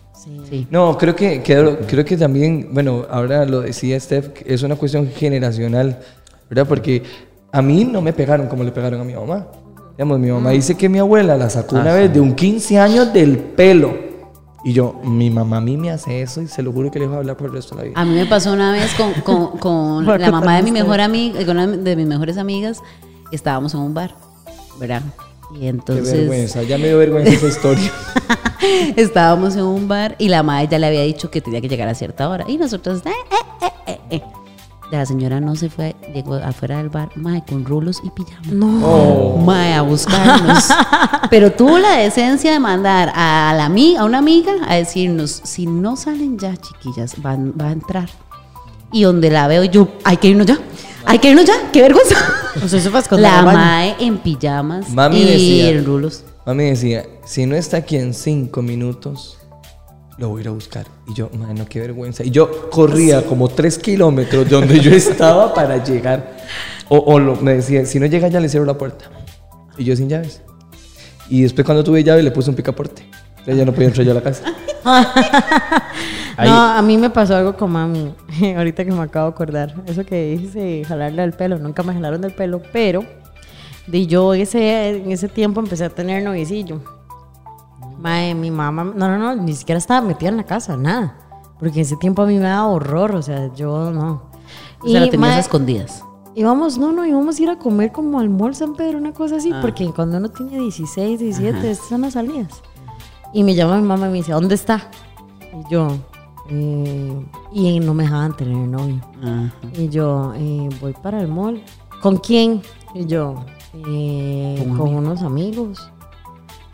C: Sí.
B: No, creo que, que- creo que también, bueno, ahora lo decía Steph, que es una cuestión generacional, ¿verdad? Porque a mí no me pegaron como le pegaron a mi mamá. Digamos, mi mamá dice que mi abuela la sacó una vez de un 15 años del pelo. Y yo, mi mamá a mí me hace eso y se lo juro que le voy a hablar por el resto de la vida.
C: A mí me pasó una vez con, con- con
E: Voy a
C: la mamá de mi
E: contar
C: mejor amiga, con una de mis mejores amigas, estábamos en un bar, ¿verdad? Y
B: Qué
C: entonces
B: vergüenza, ya me dio vergüenza esa historia.
C: estábamos en un bar y la madre ya le había dicho que tenía que llegar a cierta hora. Y nosotros, eh, eh, eh, eh, eh. La señora no se fue, llegó afuera del bar, mae, con rulos y pijama.
E: No.
B: Oh.
C: Mae, a buscarnos. Pero tuvo la decencia de mandar a, la, ami- a una amiga a decirnos, si no salen ya, chiquillas, van, va a entrar. Y donde la veo yo, hay que irnos ya, hay que irnos ya, qué vergüenza.
E: O sea, eso fue a esconder
C: La
E: el baño.
C: mae en pijamas
B: Mami
C: y
B: decía-
C: en rulos.
B: Mami decía, si no está aquí en cinco minutos, lo voy a ir a buscar. Y yo, mano, qué vergüenza. Y yo corría como tres kilómetros de donde yo estaba para llegar. O, o lo- me decía, si no llega ya le cierro la puerta. Y yo sin llaves. Y después cuando tuve llave le puse un picaporte. Entonces ya no podía entrar yo a la casa.
D: Ahí-
E: No, a mí me pasó algo con mami, ahorita que me acabo de acordar. Eso que hice, jalarle al pelo, nunca me jalaron del pelo, pero de yo ese, en ese tiempo empecé a tener novicillo. Mae, mi mamá, no, no, no, ni siquiera estaba metida en la casa, nada. Porque en ese tiempo a mí me daba horror, o sea, yo no.
C: O sea, la tenías a
E: mae,
C: escondidas.
E: Íbamos, no, no, íbamos a ir a comer como almuerzo San Pedro, una cosa así, porque cuando uno tiene 16, 17, estas son las salidas. Y me llama mi mamá y me dice, ¿dónde está? Y yo, eh, y no me dejaban tener novio.
C: Ajá.
E: Y yo, eh, voy para el mall. ¿Con quién? Y yo, eh, con, unos amigos.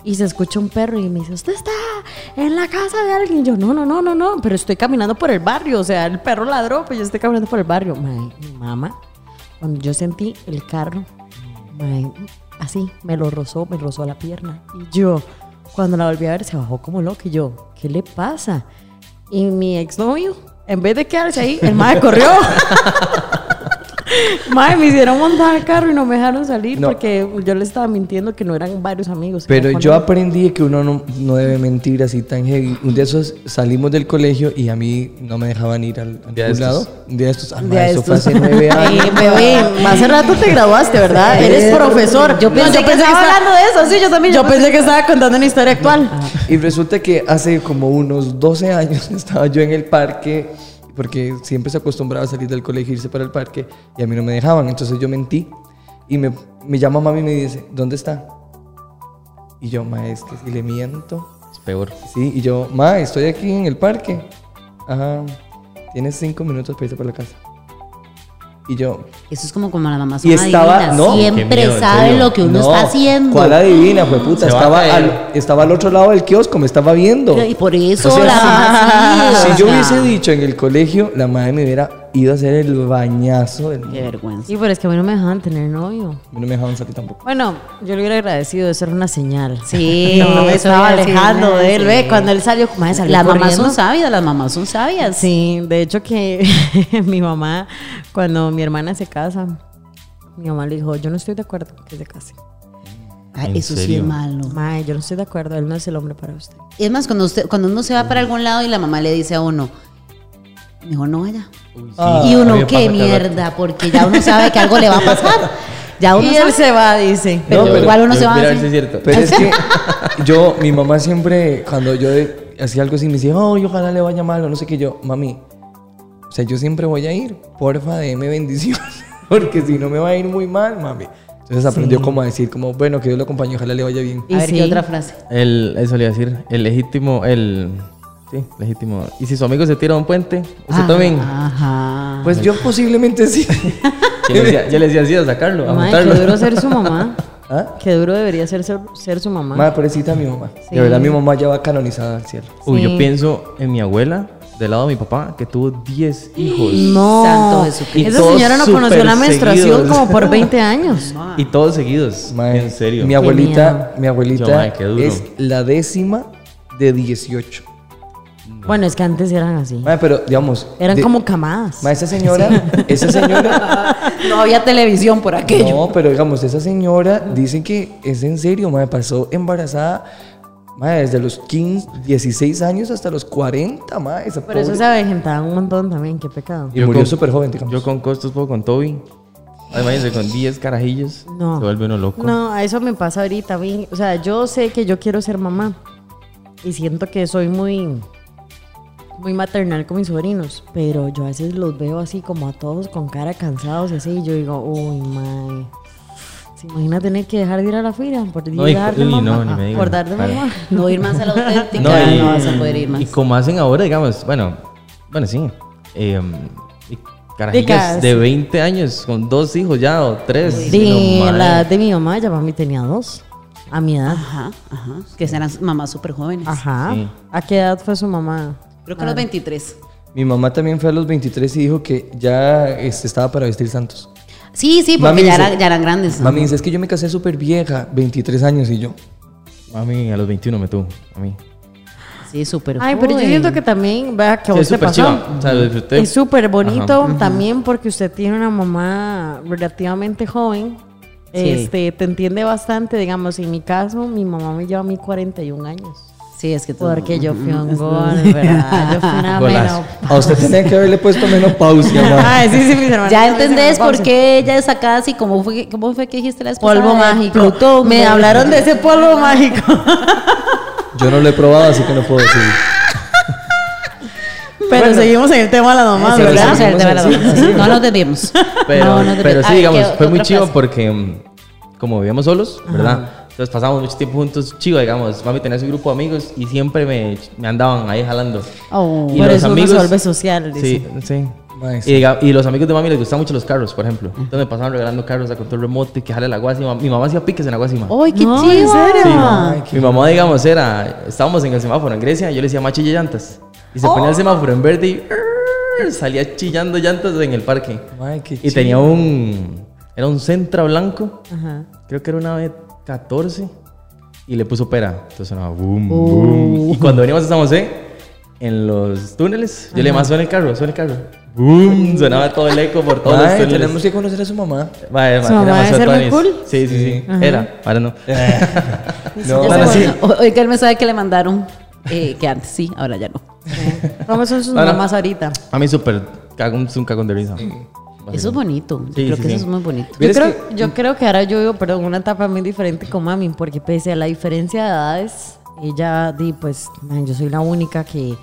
E: Y se escucha un perro y me dice, ¿usted está en la casa de alguien? Y yo, no, no, no, no, no, pero estoy caminando por el barrio. O sea, el perro ladró, pues yo estoy caminando por el barrio. Mae, mi mamá, cuando yo sentí el carro, mae, así, me lo rozó, me rozó la pierna. Y yo, cuando la volví a ver, se bajó como loca. Y yo, ¿qué le pasa? Y mi exnovio, en vez de quedarse ahí, el mae corrió. Mae, me hicieron montar el carro y no me dejaron salir
B: No.
E: porque yo le estaba mintiendo que no eran varios amigos.
B: Pero
E: Era
B: yo
E: cuando-
B: aprendí que uno no, no debe mentir así tan heavy. Un día esos salimos del colegio y a mí no me dejaban ir al, al
D: Día de
B: ningún lado.
D: estos.
B: Un día de estos, ah,
E: De
B: ma, eso fue hace
E: estos.
B: nueve años.
E: Eh, bebé, hace rato te graduaste, ¿verdad? Eres profesor.
C: Yo pensé que estaba hablando
E: de eso, sí, yo también. Yo pensé que estaba contando una historia actual.
C: ah,
B: Y resulta que hace como unos 12 años estaba yo en el parque, porque siempre se acostumbraba a salir del colegio e irse para el parque, y a mí no me dejaban. Entonces yo mentí y me, me llama mami y me dice, ¿dónde está? Y yo, ma, es que si le miento.
D: Es peor.
B: Sí, y yo, ma, estoy aquí en el parque. Ajá, tienes cinco minutos para irte para la casa. Y yo,
C: Eso es como como la mamá
B: Y estaba- no.
C: Siempre
D: Qué miedo, en
C: sabe
D: serio.
C: lo que uno
B: no,
C: está haciendo.
B: ¿Cuál adivina, fue puta?
D: Se va a
B: Estaba
D: caer.
B: al, estaba al otro lado del kiosco, me estaba viendo.
C: Y por eso
B: O sea,
C: la mamá sí, o
B: Si yo
C: sea,
B: hubiese dicho en el colegio, la madre me hubiera ido a hacer el bañazo del
C: Qué vergüenza.
E: Sí, pero es que a mí no me dejaban tener novio.
B: No me dejaban salir tampoco.
E: Bueno, yo le hubiera agradecido, eso era una señal.
C: Sí,
E: no me
C: eso
E: estaba
C: iba a decir,
E: alejando
C: ah,
E: de él,
C: sí.
E: ve, cuando él salió, madre, salió
C: Las mamás
E: corriendo.
C: son sabias, las mamás son sabias.
E: Sí, de hecho que mi mamá, cuando mi hermana se casa, mi mamá le dijo, yo no estoy de acuerdo que se case.
C: Ay,
D: ¿En
C: eso sí
D: serio?
C: es malo.
E: Mae, yo no estoy de acuerdo, él no es el hombre para usted.
C: Es más, cuando, usted, cuando uno se va para algún lado y la mamá le dice a uno, mejor no vaya. y
D: a mí
C: uno,
D: me
C: qué
D: pasa cada rato.
C: mierda, porque ya uno sabe que algo le va a pasar. Ya uno
E: y
C: sabe.
E: él se va, dice.
C: pero
B: No, pero-
C: igual uno se va a
D: Mira, a ver
C: hacer-
D: si es cierto.
B: Pero es que yo, mi mamá siempre, cuando yo de- hacía algo así, me decía, oh, ojalá le vaya mal o no sé qué. Yo, mami, o sea, yo siempre voy a ir. Porfa, déme bendición. Porque si no me va a ir muy mal, mami. Entonces aprendió como a decir, como, bueno, que Dios lo acompañe, ojalá le vaya bien.
E: Y
C: A ver,
E: sí.
C: ¿qué otra frase?
D: El, eso le iba a decir, el legítimo, el... Sí, legítimo. Y si su amigo se tira a un puente,
C: Ah.
D: usted también.
C: Ajá.
B: Pues yo posiblemente sí.
D: Yo le decía, yo le decía así a sacarlo, a
E: Mae,
D: montarlo.
E: qué duro ser su mamá.
B: ¿Ah?
E: Qué duro debería ser ser, ser su mamá.
B: Madre, pobrecita mi mamá. De verdad, mi mamá ya va canonizada al cielo.
D: Uy,
E: Sí.
D: yo pienso en mi abuela, del lado de mi papá, que tuvo 10 hijos.
E: No.
C: Santo Jesucristo.
E: Esa
D: Y todos
E: señora no conoció la
D: superseguidos.
E: menstruación como por 20 años.
C: Mm.
D: Y todos seguidos.
B: Mae,
D: en serio.
B: Mi abuelita, mi abuelita
D: Yo, mae, qué duro.
B: es la décima de 18.
E: Bueno, es que antes eran así.
B: Mae, pero digamos.
E: Eran
B: de-
E: como camadas.
B: mae, esa señora, esa señora.
C: No había televisión por aquello.
B: no, pero digamos, esa señora dicen que es en serio, mae, pasó embarazada. mae, desde los 15, 16 años hasta los 40, mae, esa
E: Por eso
B: pobre-
E: se avejentaban un montón también, qué pecado.
B: Y
D: Yo
B: murió
D: con-
B: súper joven,
E: Pues.
B: digamos.
D: Yo con costos puedo con Toby. Ay, Imagínense, con 10 carajillos.
E: No.
D: Se vuelve uno loco.
E: No, a eso me pasa ahorita. a mí. O sea, yo sé que yo quiero ser mamá. Y siento que soy muy, muy maternal con mis sobrinos. Pero yo a veces los veo así como a todos con cara cansados y así. Y yo digo, uy, mae. ¿Se imagina tener que dejar de ir a la fila por
D: No, y-
E: dar de
D: uy,
E: mamá?
D: no, ni me digan.
E: por dar de
D: Para.
E: mamá.
C: No ir más a la auténtica, no,
D: y-
C: vas a poder ir más.
D: em, Y como hacen ahora, digamos, bueno, bueno, sí. eh, y carajillas
E: Dicas.
D: de 20 años con dos hijos ya o tres.
E: De
D: No, madre.
E: la edad de mi mamá, ya mami tenía dos. A mi edad.
C: Ajá, ajá. Que serán mamás súper jóvenes.
E: Ajá.
D: Ah, Sí.
E: ¿A qué edad fue su mamá?
C: Creo que a los 23.
B: Mi mamá también fue a los 23 y dijo que ya este, estaba para vestir santos.
C: Sí, sí, porque
B: Mami
C: ya,
B: dice-
C: era- ya eran grandes.
B: Mami dice, es que yo me casé súper vieja, 23 años y yo.
D: Mami, a los 21 me tuvo. A mí.
C: Sí, súper
E: Ay, pero yo
C: joven.
E: siento que también, vea, que a
D: Sí,
E: vos
D: es
E: te
D: súper
E: pasó.
D: chiva. O sea, lo disfruté.
E: Es súper bonito también porque usted tiene una mamá relativamente joven.
C: Sí.
E: Este, te entiende bastante, digamos, en mi caso, mi mamá me lleva a mí 41 años.
C: Sí, es que tú-
E: Porque yo fui un
C: Ujú.
E: gol, ¿verdad? Yo fui una
D: Golazo.
E: menop-
B: A usted tenía que haberle puesto menopausia, ma.
E: Ay, sí, sí, mis hermanos.
C: Ya entendés por qué ella es acá así, cómo fue, que- cómo fue que dijiste la esposa
E: Polvo
C: de
E: mágico.
C: Plutón?
E: Me hablaron de ese polvo mágico.
B: Yo no lo he probado, así que no puedo decir.
E: Pero seguimos en el tema de la mamá,
C: Sí,
E: ¿verdad?
C: o sea, el tema de la
B: Sí,
C: mamá.
B: sí, sí.
C: No nos debimos.
D: Pero,
C: No nos
D: pero
C: debimos.
D: sí,
C: Ay,
D: digamos,
C: ¿qué-
D: fue
C: qué
D: muy
C: otra
D: chido
C: frase?
D: porque mm, como vivíamos solos, ¿verdad? Entonces pasamos mucho tiempo juntos, chido, digamos. Mami tenía su grupo de amigos y siempre me, me andaban ahí jalando.
C: Oh.
E: Pero eso uno se vuelve social,
D: Sí, sí.
B: Mae,
D: Y, diga- y los amigos de mami les gustaban mucho los carros, por ejemplo. Entonces me pasaban regalando carros a control remoto y que jale la guasima. Mi mamá hacía piques en la guasima.
C: ¡Ay, qué
E: No,
C: chido!
E: ¿en serio?
D: Sí.
B: Ay, qué
D: Mi mamá, digamos, era. Estábamos en el semáforo en Grecia y yo le decía, macho, y llantas. Y se ponía el semáforo en verde y. "Arr", Salía chillando llantas en el parque.
B: mae, qué
D: Y
B: chido.
D: tenía un. Era un Centra blanco.
E: Ajá.
D: Creo que era una B14. Y le puso pera. Entonces sonaba
E: Uh.
D: boom, boom. Y cuando veníamos a San José, en los túneles, yo le llamaba, suena el carro, suena el carro. Boom. Sonaba todo el eco por todos los
B: Mae,
D: túneles.
B: tenemos que conocer a su mamá.
D: Mae,
E: Su
D: mae,
E: mamá
D: era
E: debe ser
D: demasiado
E: muy
D: tuanis.
E: cool. Eh.
D: Sí, sí, sí. Era, ahora no.
B: No,
C: Ya se
B: mae, sí.
C: volvió. O- Oiga el mensaje que le mandaron, eh, que antes sí, ahora ya no.
E: ¿Cómo son sus
D: No, no.
E: mamás ahorita?
D: A mí súper cagón, es un cagón de risa.
C: Eso es bonito. Yo
D: Sí,
C: creo
D: sí,
C: que
D: sí.
C: eso es muy bonito.
E: Yo
B: Vieras
E: creo, yo creo que ahora yo vivo, perdón, una etapa muy diferente con mami, porque pese a la diferencia de edades, ella, di, pues, man, yo soy la única que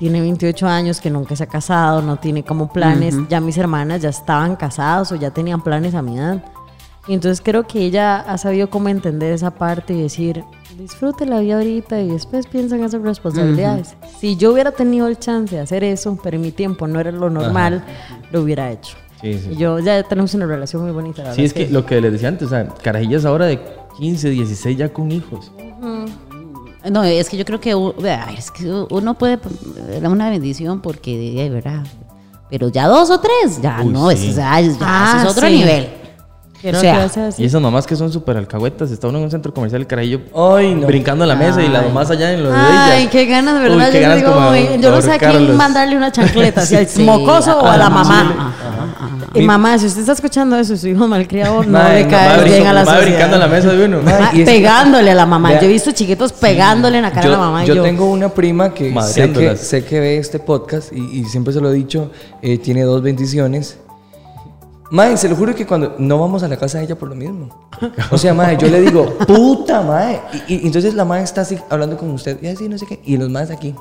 E: tiene 28 años, que nunca se ha casado, no tiene como planes. Ya mis hermanas ya estaban casadas o ya tenían planes a mi edad. Y entonces creo que ella ha sabido cómo entender esa parte y decir, disfrute la vida ahorita y después piensa en esas responsabilidades. Si yo hubiera tenido el chance de hacer eso, pero en mi tiempo no era lo normal, lo hubiera hecho.
D: Sí, sí.
E: Y yo ya tenemos una relación muy bonita. la
D: Sí, es
E: verdad
D: que lo que les decía antes, o sea, carajillas ahora de 15, 16 ya con hijos.
C: No, es que yo creo que, u- ay, es que uno puede, era una bendición porque, de verdad, pero ya dos o tres, ya
D: Uy,
C: no,
D: sí.
C: es, ya, ya,
E: Ah,
C: eso es otro
E: sí.
C: nivel.
E: Creo
C: o
E: que
C: sea,
E: va a ser así.
D: Y esas mamás que son súper alcahuetas, está uno en un centro comercial, el carajillo
B: Ay, no.
D: brincando en la mesa y las mamás allá en los de ellas.
E: Ay, qué ganas, de
D: Uy,
E: verdad.
D: qué
E: yo
D: ganas
E: digo,
D: como
E: "Uy, yo no sé a quién
D: ahorcarlos.
E: mandarle una chancleta, si al
C: Sí,
E: mocoso o a la
C: ajá,
E: mamá.
C: ajá, ajá.
E: Y mamá, si usted está escuchando eso, su hijo malcriado, no
B: Madre,
E: le
B: no,
E: cae
D: Madre,
E: bien a la
D: mamá brincando en la
E: sociedad.
D: mesa de uno.
E: Ma-
B: Y es-
E: pegándole a la mamá.
B: Vea.
E: Yo he visto chiquitos pegándole en la cara
B: yo,
E: a la mamá. y
B: yo
E: Yo,
B: tengo una prima que sé, que
D: Madreándolas.
B: sé que ve este podcast y, y siempre se lo he dicho, eh, tiene dos bendiciones. Mae, se lo juro que cuando no vamos a la casa de ella por lo mismo. O sea, mae, yo le digo, puta mae. Y, y entonces la mae está así hablando con usted y así no sé qué. Y los maes aquí.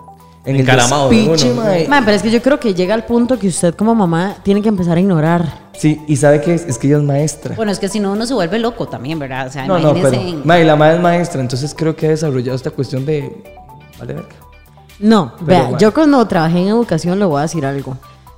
B: En el
D: Encaramados,
B: despiche,
D: uno.
B: mae.
E: Ma, pero es que yo creo que llega al punto que usted como mamá tiene que empezar a ignorar.
B: Sí, y sabe qué es, es que ella es maestra.
C: Bueno, es que si no, uno se vuelve loco también, ¿verdad?
E: Ah,
C: O sea,
B: No, no,
C: imagínense.
B: pero. Mae, la mae es maestra, entonces creo que ha desarrollado esta cuestión de. Vale, verga.
E: No, vea,
B: bueno.
E: yo cuando trabajé en educación le voy a decir algo.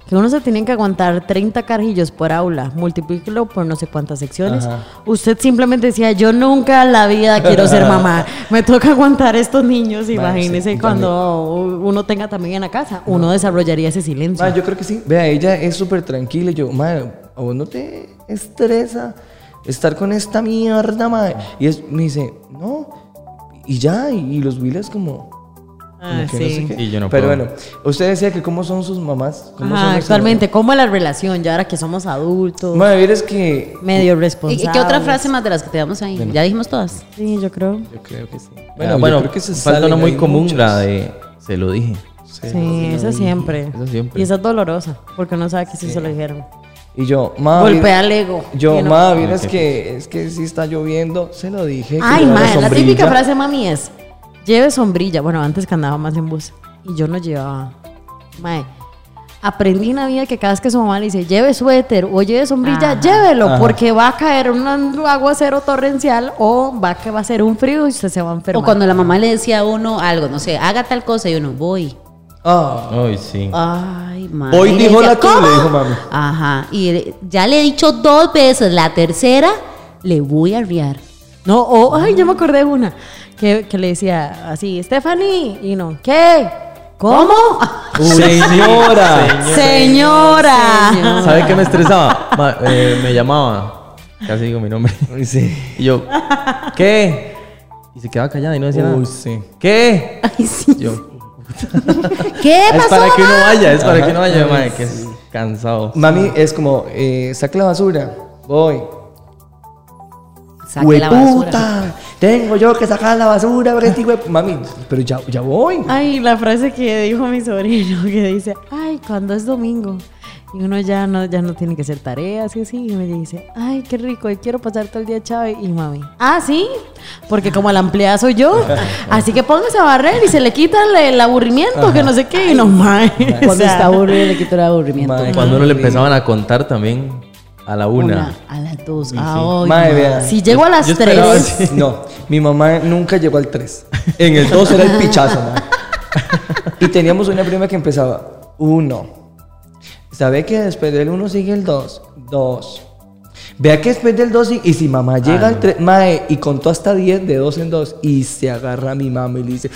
E: Que uno se tiene que aguantar 30 carajillos por aula, multiplíquelo por no sé cuántas secciones.
B: Ajá.
E: Usted simplemente decía, yo nunca en la vida quiero ser mamá. Me toca aguantar estos niños. Imagínese cuando uno tenga también en la casa, uno desarrollaría ese silencio.
B: Ma, yo creo que sí. Vea, ella es súper tranquila. Y yo, madre, ¿a vos no te estresa estar con esta mierda, madre?
E: Ah.
B: Y es, me dice, no. Y ya, y, y los Willas como...
E: Ah,
B: como que
E: sí.
B: no sé qué.
D: Y yo no
B: Pero
D: puedo.
B: bueno, usted decía que cómo son sus mamás. ¿Cómo
E: Ajá,
B: son las-
E: actualmente, ¿cómo es la relación? Ya ahora que somos adultos,
B: Madre, vieras que...
E: medio
C: ¿Y-
E: responsables.
C: ¿Y qué otra frase más de las que te damos ahí? Ya dijimos todas.
E: Sí, yo creo.
B: Yo creo que sí. Bueno,
D: Bueno,
B: yo
D: Ah, bueno,
B: creo que se
D: falta
B: salen
D: una muy
B: ahí
D: común,
B: muchas.
D: la de se lo dije.
E: Sí, esa siempre.
D: esa siempre.
E: Y esa es dolorosa, porque uno sabe que sí, se lo dijeron.
B: Y yo, madre...
E: Golpea al ego.
B: Yo,
E: Y no-
B: madre, vieras que es que sí está lloviendo. Se lo dije. que
E: Ay,
B: llevara
E: madre, la
B: sombrilla.
E: típica frase mami es, lleve sombrilla. Bueno, antes que andaba más en bus y yo no llevaba. Madre, aprendí en la vida que cada vez que su mamá le dice, lleve suéter o lleve sombrilla, llévelo, porque va a caer un aguacero torrencial o va, que va a ser un frío y usted se va a enfermar.
C: O cuando la mamá le decía a uno algo, no sé, haga tal cosa y uno, voy.
B: Ah.
D: Ay, sí.
C: Ay, madre.
B: Hoy dijo
C: decía,
B: la que
C: "¿Cómo?".
B: le dijo mami.
C: Ajá. Y él- ya le he dicho dos veces. La tercera, le voy a arriar.
E: No, o, ay, yo me acordé de una que, que le decía así, Stephanie, y no, ¿qué? ¿Cómo?
B: Señora.
E: Señora.
D: ¿Sabe qué me estresaba? Ma- eh, me llamaba, casi digo mi nombre.
B: Sí.
D: Y yo, ¿qué? Y se quedaba callada y no decía
B: Uy,
D: nada.
B: sí.
D: ¿Qué?
C: Ay, sí.
D: Yo,
C: ¿Qué
D: es
C: pasó?
D: para que uno vaya, es para
B: Ajá.
D: que uno vaya, madre, que es cansado.
B: Mami es como, eh, saca la basura. Voy.
C: Saque la basura.
B: ¡Hueputa! Tengo yo que sacar la basura, porque este hue- Mami, pero ya, ya voy.
E: Ay, la frase que dijo mi sobrino que dice, ay, cuando es domingo y uno ya no, ya no tiene que hacer tareas y así, y me dice, ay, qué rico, hoy quiero pasar todo el día chave y mami. Ah, sí, porque como la empleada soy yo, así que póngase a barrer y se le quita el, el aburrimiento, que no sé qué, y no mae.
C: Cuando
E: o sea,
C: está aburrido, le quito el aburrimiento.
B: Madre.
D: Cuando uno le empezaban a contar también a la una.
C: Una, a las dos. Ah, hoy,
B: Madre,
C: ma.
B: vea.
E: si llego a las
D: Yo
E: tres,
D: esperaba-
B: No, mi mamá nunca llegó al 3. En el 2 era el pichazo, ma. Y teníamos una prima que empezaba 1. ¿Sabe que después del 1 sigue el 2? 2. Vea que después del 2 y, y si mamá llega al 3, mae, y contó hasta 10 de 2 en 2 y se agarra a mi mamá y le dice,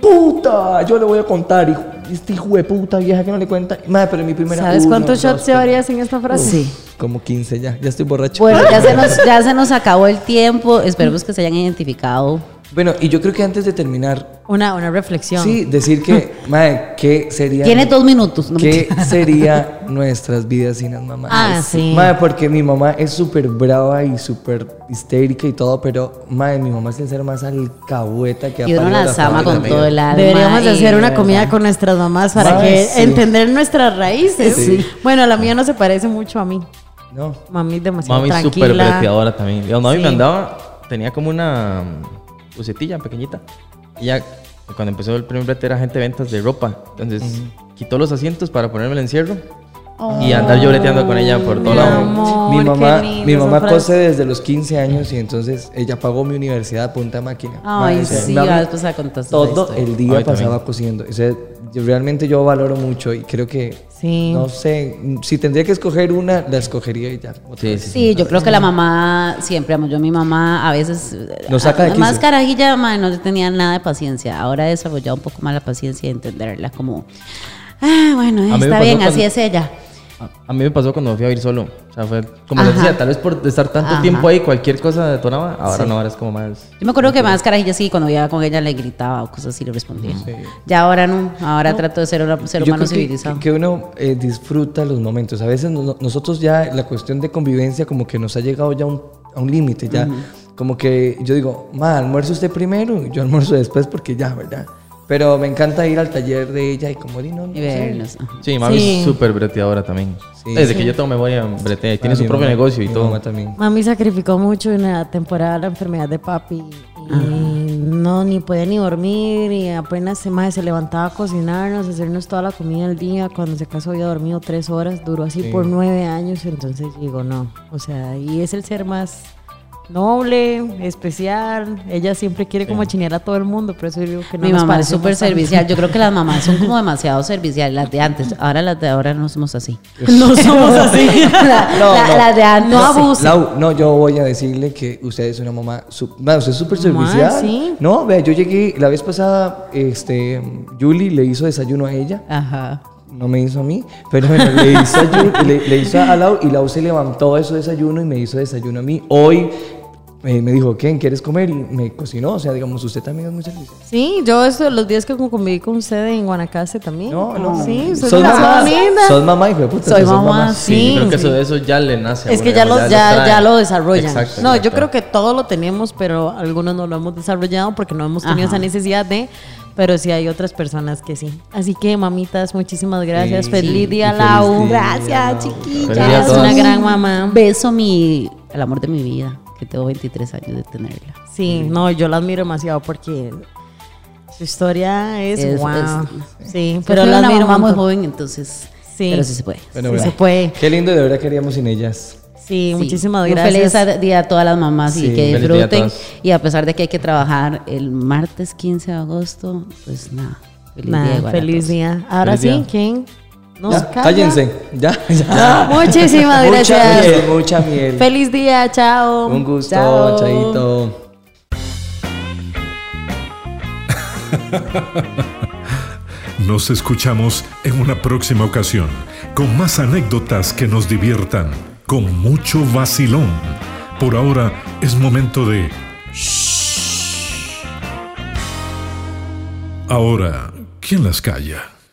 B: puta, yo le voy a contar, hijo, este hijo de puta vieja que no le cuenta, mae, pero mi primera
E: ¿sabes
B: uno,
E: cuántos
B: dos,
E: shots llevarías en esta frase?
C: Sí.
B: Como 15 ya, ya estoy borracho.
C: Bueno, ya se, nos, ya se nos acabó el tiempo. Esperemos que se hayan identificado.
B: Bueno, y yo creo que antes de terminar,
E: Una, una reflexión.
B: Sí, decir que, madre, ¿qué sería?
C: Tiene dos minutos. no
B: ¿Qué
C: mentira.
B: sería nuestras vidas sin las mamás?
E: Ah, sí.
B: Madre, porque mi mamá es súper brava y súper histérica y todo, pero, madre, mi mamá es el ser más alcahueta que ha
C: Y uno
B: parido la
C: las ama
B: faz de la
C: con todo el
B: vida.
C: alma.
E: Deberíamos
C: y-
E: hacer una comida con nuestras mamás para
B: Ay,
E: que
B: sí.
E: entender nuestras raíces.
B: Sí.
E: Bueno, la mía no se parece mucho a mí.
B: No.
E: Mami es demasiado
D: Mami súper
E: tranquila.
D: breteadora también. Y Cuando a mí
E: Sí.
D: me andaba, tenía como una mm, bucetilla pequeñita. Y ya, cuando empezó el primer brete era gente de ventas de ropa. Entonces, quitó los asientos para ponerme el encierro. Y andar yo breteando con ella por todo
E: mi
D: lado.
E: amor,
B: mi
E: qué
B: mamá,
E: lindo,
B: mi
E: esa
B: mamá
E: frase.
B: cose desde los 15 años y entonces ella pagó mi universidad a punta máquina.
C: Ay,
B: Madre, o sea,
C: sí,
B: mami,
C: ah, después la contaste.
B: todo
C: el...
B: el día
D: Ay, también.
B: pasaba cosiendo. O sea, yo- realmente yo valoro mucho y creo que,
E: Sí.
B: no sé, si tendría que escoger una, la escogería y ya.
D: Sí, sí, sí.
C: Sí, yo creo que la mamá siempre, amo yo a mi mamá a veces
B: Nos saca de
C: a- más
B: quicio.
C: carajilla, ma, no tenía nada de paciencia. Ahora he desarrollado un poco más la paciencia y entenderla como ah, bueno,
D: mí me
C: está
D: pasó
C: bien,
D: cuando-
C: así es ella.
D: A- A mí me pasó cuando me fui a vivir solo. O sea, fue como
C: Ajá.
D: les decía, tal vez por estar tanto
C: Ajá.
D: tiempo ahí, cualquier cosa detonaba. Ahora no, ahora es como más.
C: Yo me acuerdo que más carajilla sí, cuando iba con ella le gritaba o cosas así le respondía. Ya ahora no, ahora trato de ser un ser
B: Yo
C: humano
B: creo que-
C: civilizado.
B: Que, que uno eh, disfruta los momentos. A veces no- nosotros ya la cuestión de convivencia como que nos ha llegado ya a un- a un límite, ya como que yo digo, ma, almuerzo usted primero, yo almuerzo después porque ya, ¿verdad? Pero me encanta ir al taller de ella y como, di, no, no
C: Y
B: sé".
C: verlos. ajá.
D: Sí, mami
E: Sí.
D: es súper breteadora también.
B: Sí.
D: Desde que yo tengo memoria, bretea. y
B: Ah,
D: Tiene su
B: mi
D: propio
B: mamá-
D: negocio y
B: mi
D: todo.
B: mamá también.
E: Mami sacrificó mucho en la temporada la enfermedad de papi. Y no, ni podía ni dormir. Y apenas se, mae, se levantaba a cocinarnos, a hacernos toda la comida al día. Cuando se casó había dormido tres horas. Duró así por nueve años. Entonces digo, no. O sea, y es el ser más noble, especial. Ella siempre quiere como chinear a todo el mundo. Por eso digo que no
C: Mi
E: nos
C: mamá es
E: parece
C: súper
E: bastante.
C: servicial. Yo creo que las mamás son como demasiado serviciales, las de antes. Ahora las de ahora no somos así.
E: No somos así.
C: La-
B: No,
C: la-
B: no.
C: Las de antes.
E: Ah, No abuses.
B: Lau, no, yo voy a decirle que usted es una mamá, su- ma, usted es súper
E: Mamá,
B: servicial.
E: sí.
B: No, vea, yo llegué, la vez pasada, este, Julie le hizo desayuno a ella.
C: Ajá.
B: No me hizo a mí, pero bueno, le hizo a, Yu- le- le hizo a Lau y Lau se levantó de su desayuno y me hizo desayuno a mí. Hoy eh, me dijo, ¿quién quieres comer? Y me cocinó. O sea, digamos, usted también es muy servicial.
E: Sí, yo esto, los días que conviví con usted en Guanacaste también.
B: No, no.
E: Sí, soy
B: Sos
E: demasiado
B: mamá.
E: linda.
B: Sos mamá, hijo de puta.
C: Soy
B: sos
C: mamá,
D: Sí,
E: Sí,
D: yo creo que
E: sí.
D: eso de eso ya le nace. a
E: Es que
D: uno,
E: ya lo, ya,
D: trae.
E: ya lo desarrollan.
D: Exacto,
E: no, yo
D: exacto.
E: creo que todo lo tenemos, pero algunos no lo hemos desarrollado porque no hemos tenido
C: Ajá.
E: esa necesidad de. Pero sí hay otras personas que sí. Así que, mamitas, muchísimas gracias.
B: Sí,
E: feliz
B: sí,
E: día,
B: feliz día,
E: Lau. gracias,
D: Feliz día a
E: chiquillas.
D: todas.
E: Una gran mamá.
C: Beso mi, el amor de mi vida, que tengo 23 años de tenerla.
E: Sí, no, yo la admiro demasiado porque su historia es,
C: Es-
E: wow. sí,
C: Pero
E: pero
C: la
E: la
C: una
E: admiro
C: mamá muy
E: mucho.
C: joven, entonces.
E: Sí.
C: Pero sí se puede.
B: Bueno,
E: Sí,
B: bueno.
E: se puede.
B: Qué lindo, de verdad queríamos sin ellas.
E: Sí,
C: Sí.
E: muchísimas
C: Un
E: gracias.
C: Feliz día a todas las mamás
B: Sí,
C: y que
D: feliz día a
C: disfruten.
D: todas.
C: Y a pesar de que hay que trabajar el martes 15 de agosto, pues nada. Feliz día
E: Nada,
C: igual a
E: feliz
C: todos.
E: día. Ahora
D: Feliz día.
E: sí, ¿quién nos
B: Ya,
E: calla?
B: cállense. Ya, ya.
C: Ah, Muchísimas
B: Mucha
C: gracias.
B: miel, mucha miel.
E: Feliz día, chao.
B: Un gusto,
E: Chao.
B: chaito.
A: Nos escuchamos en una próxima ocasión con más anécdotas que nos diviertan, con mucho vacilón. Por ahora es momento de... Shh. Ahora, ¿quién las calla?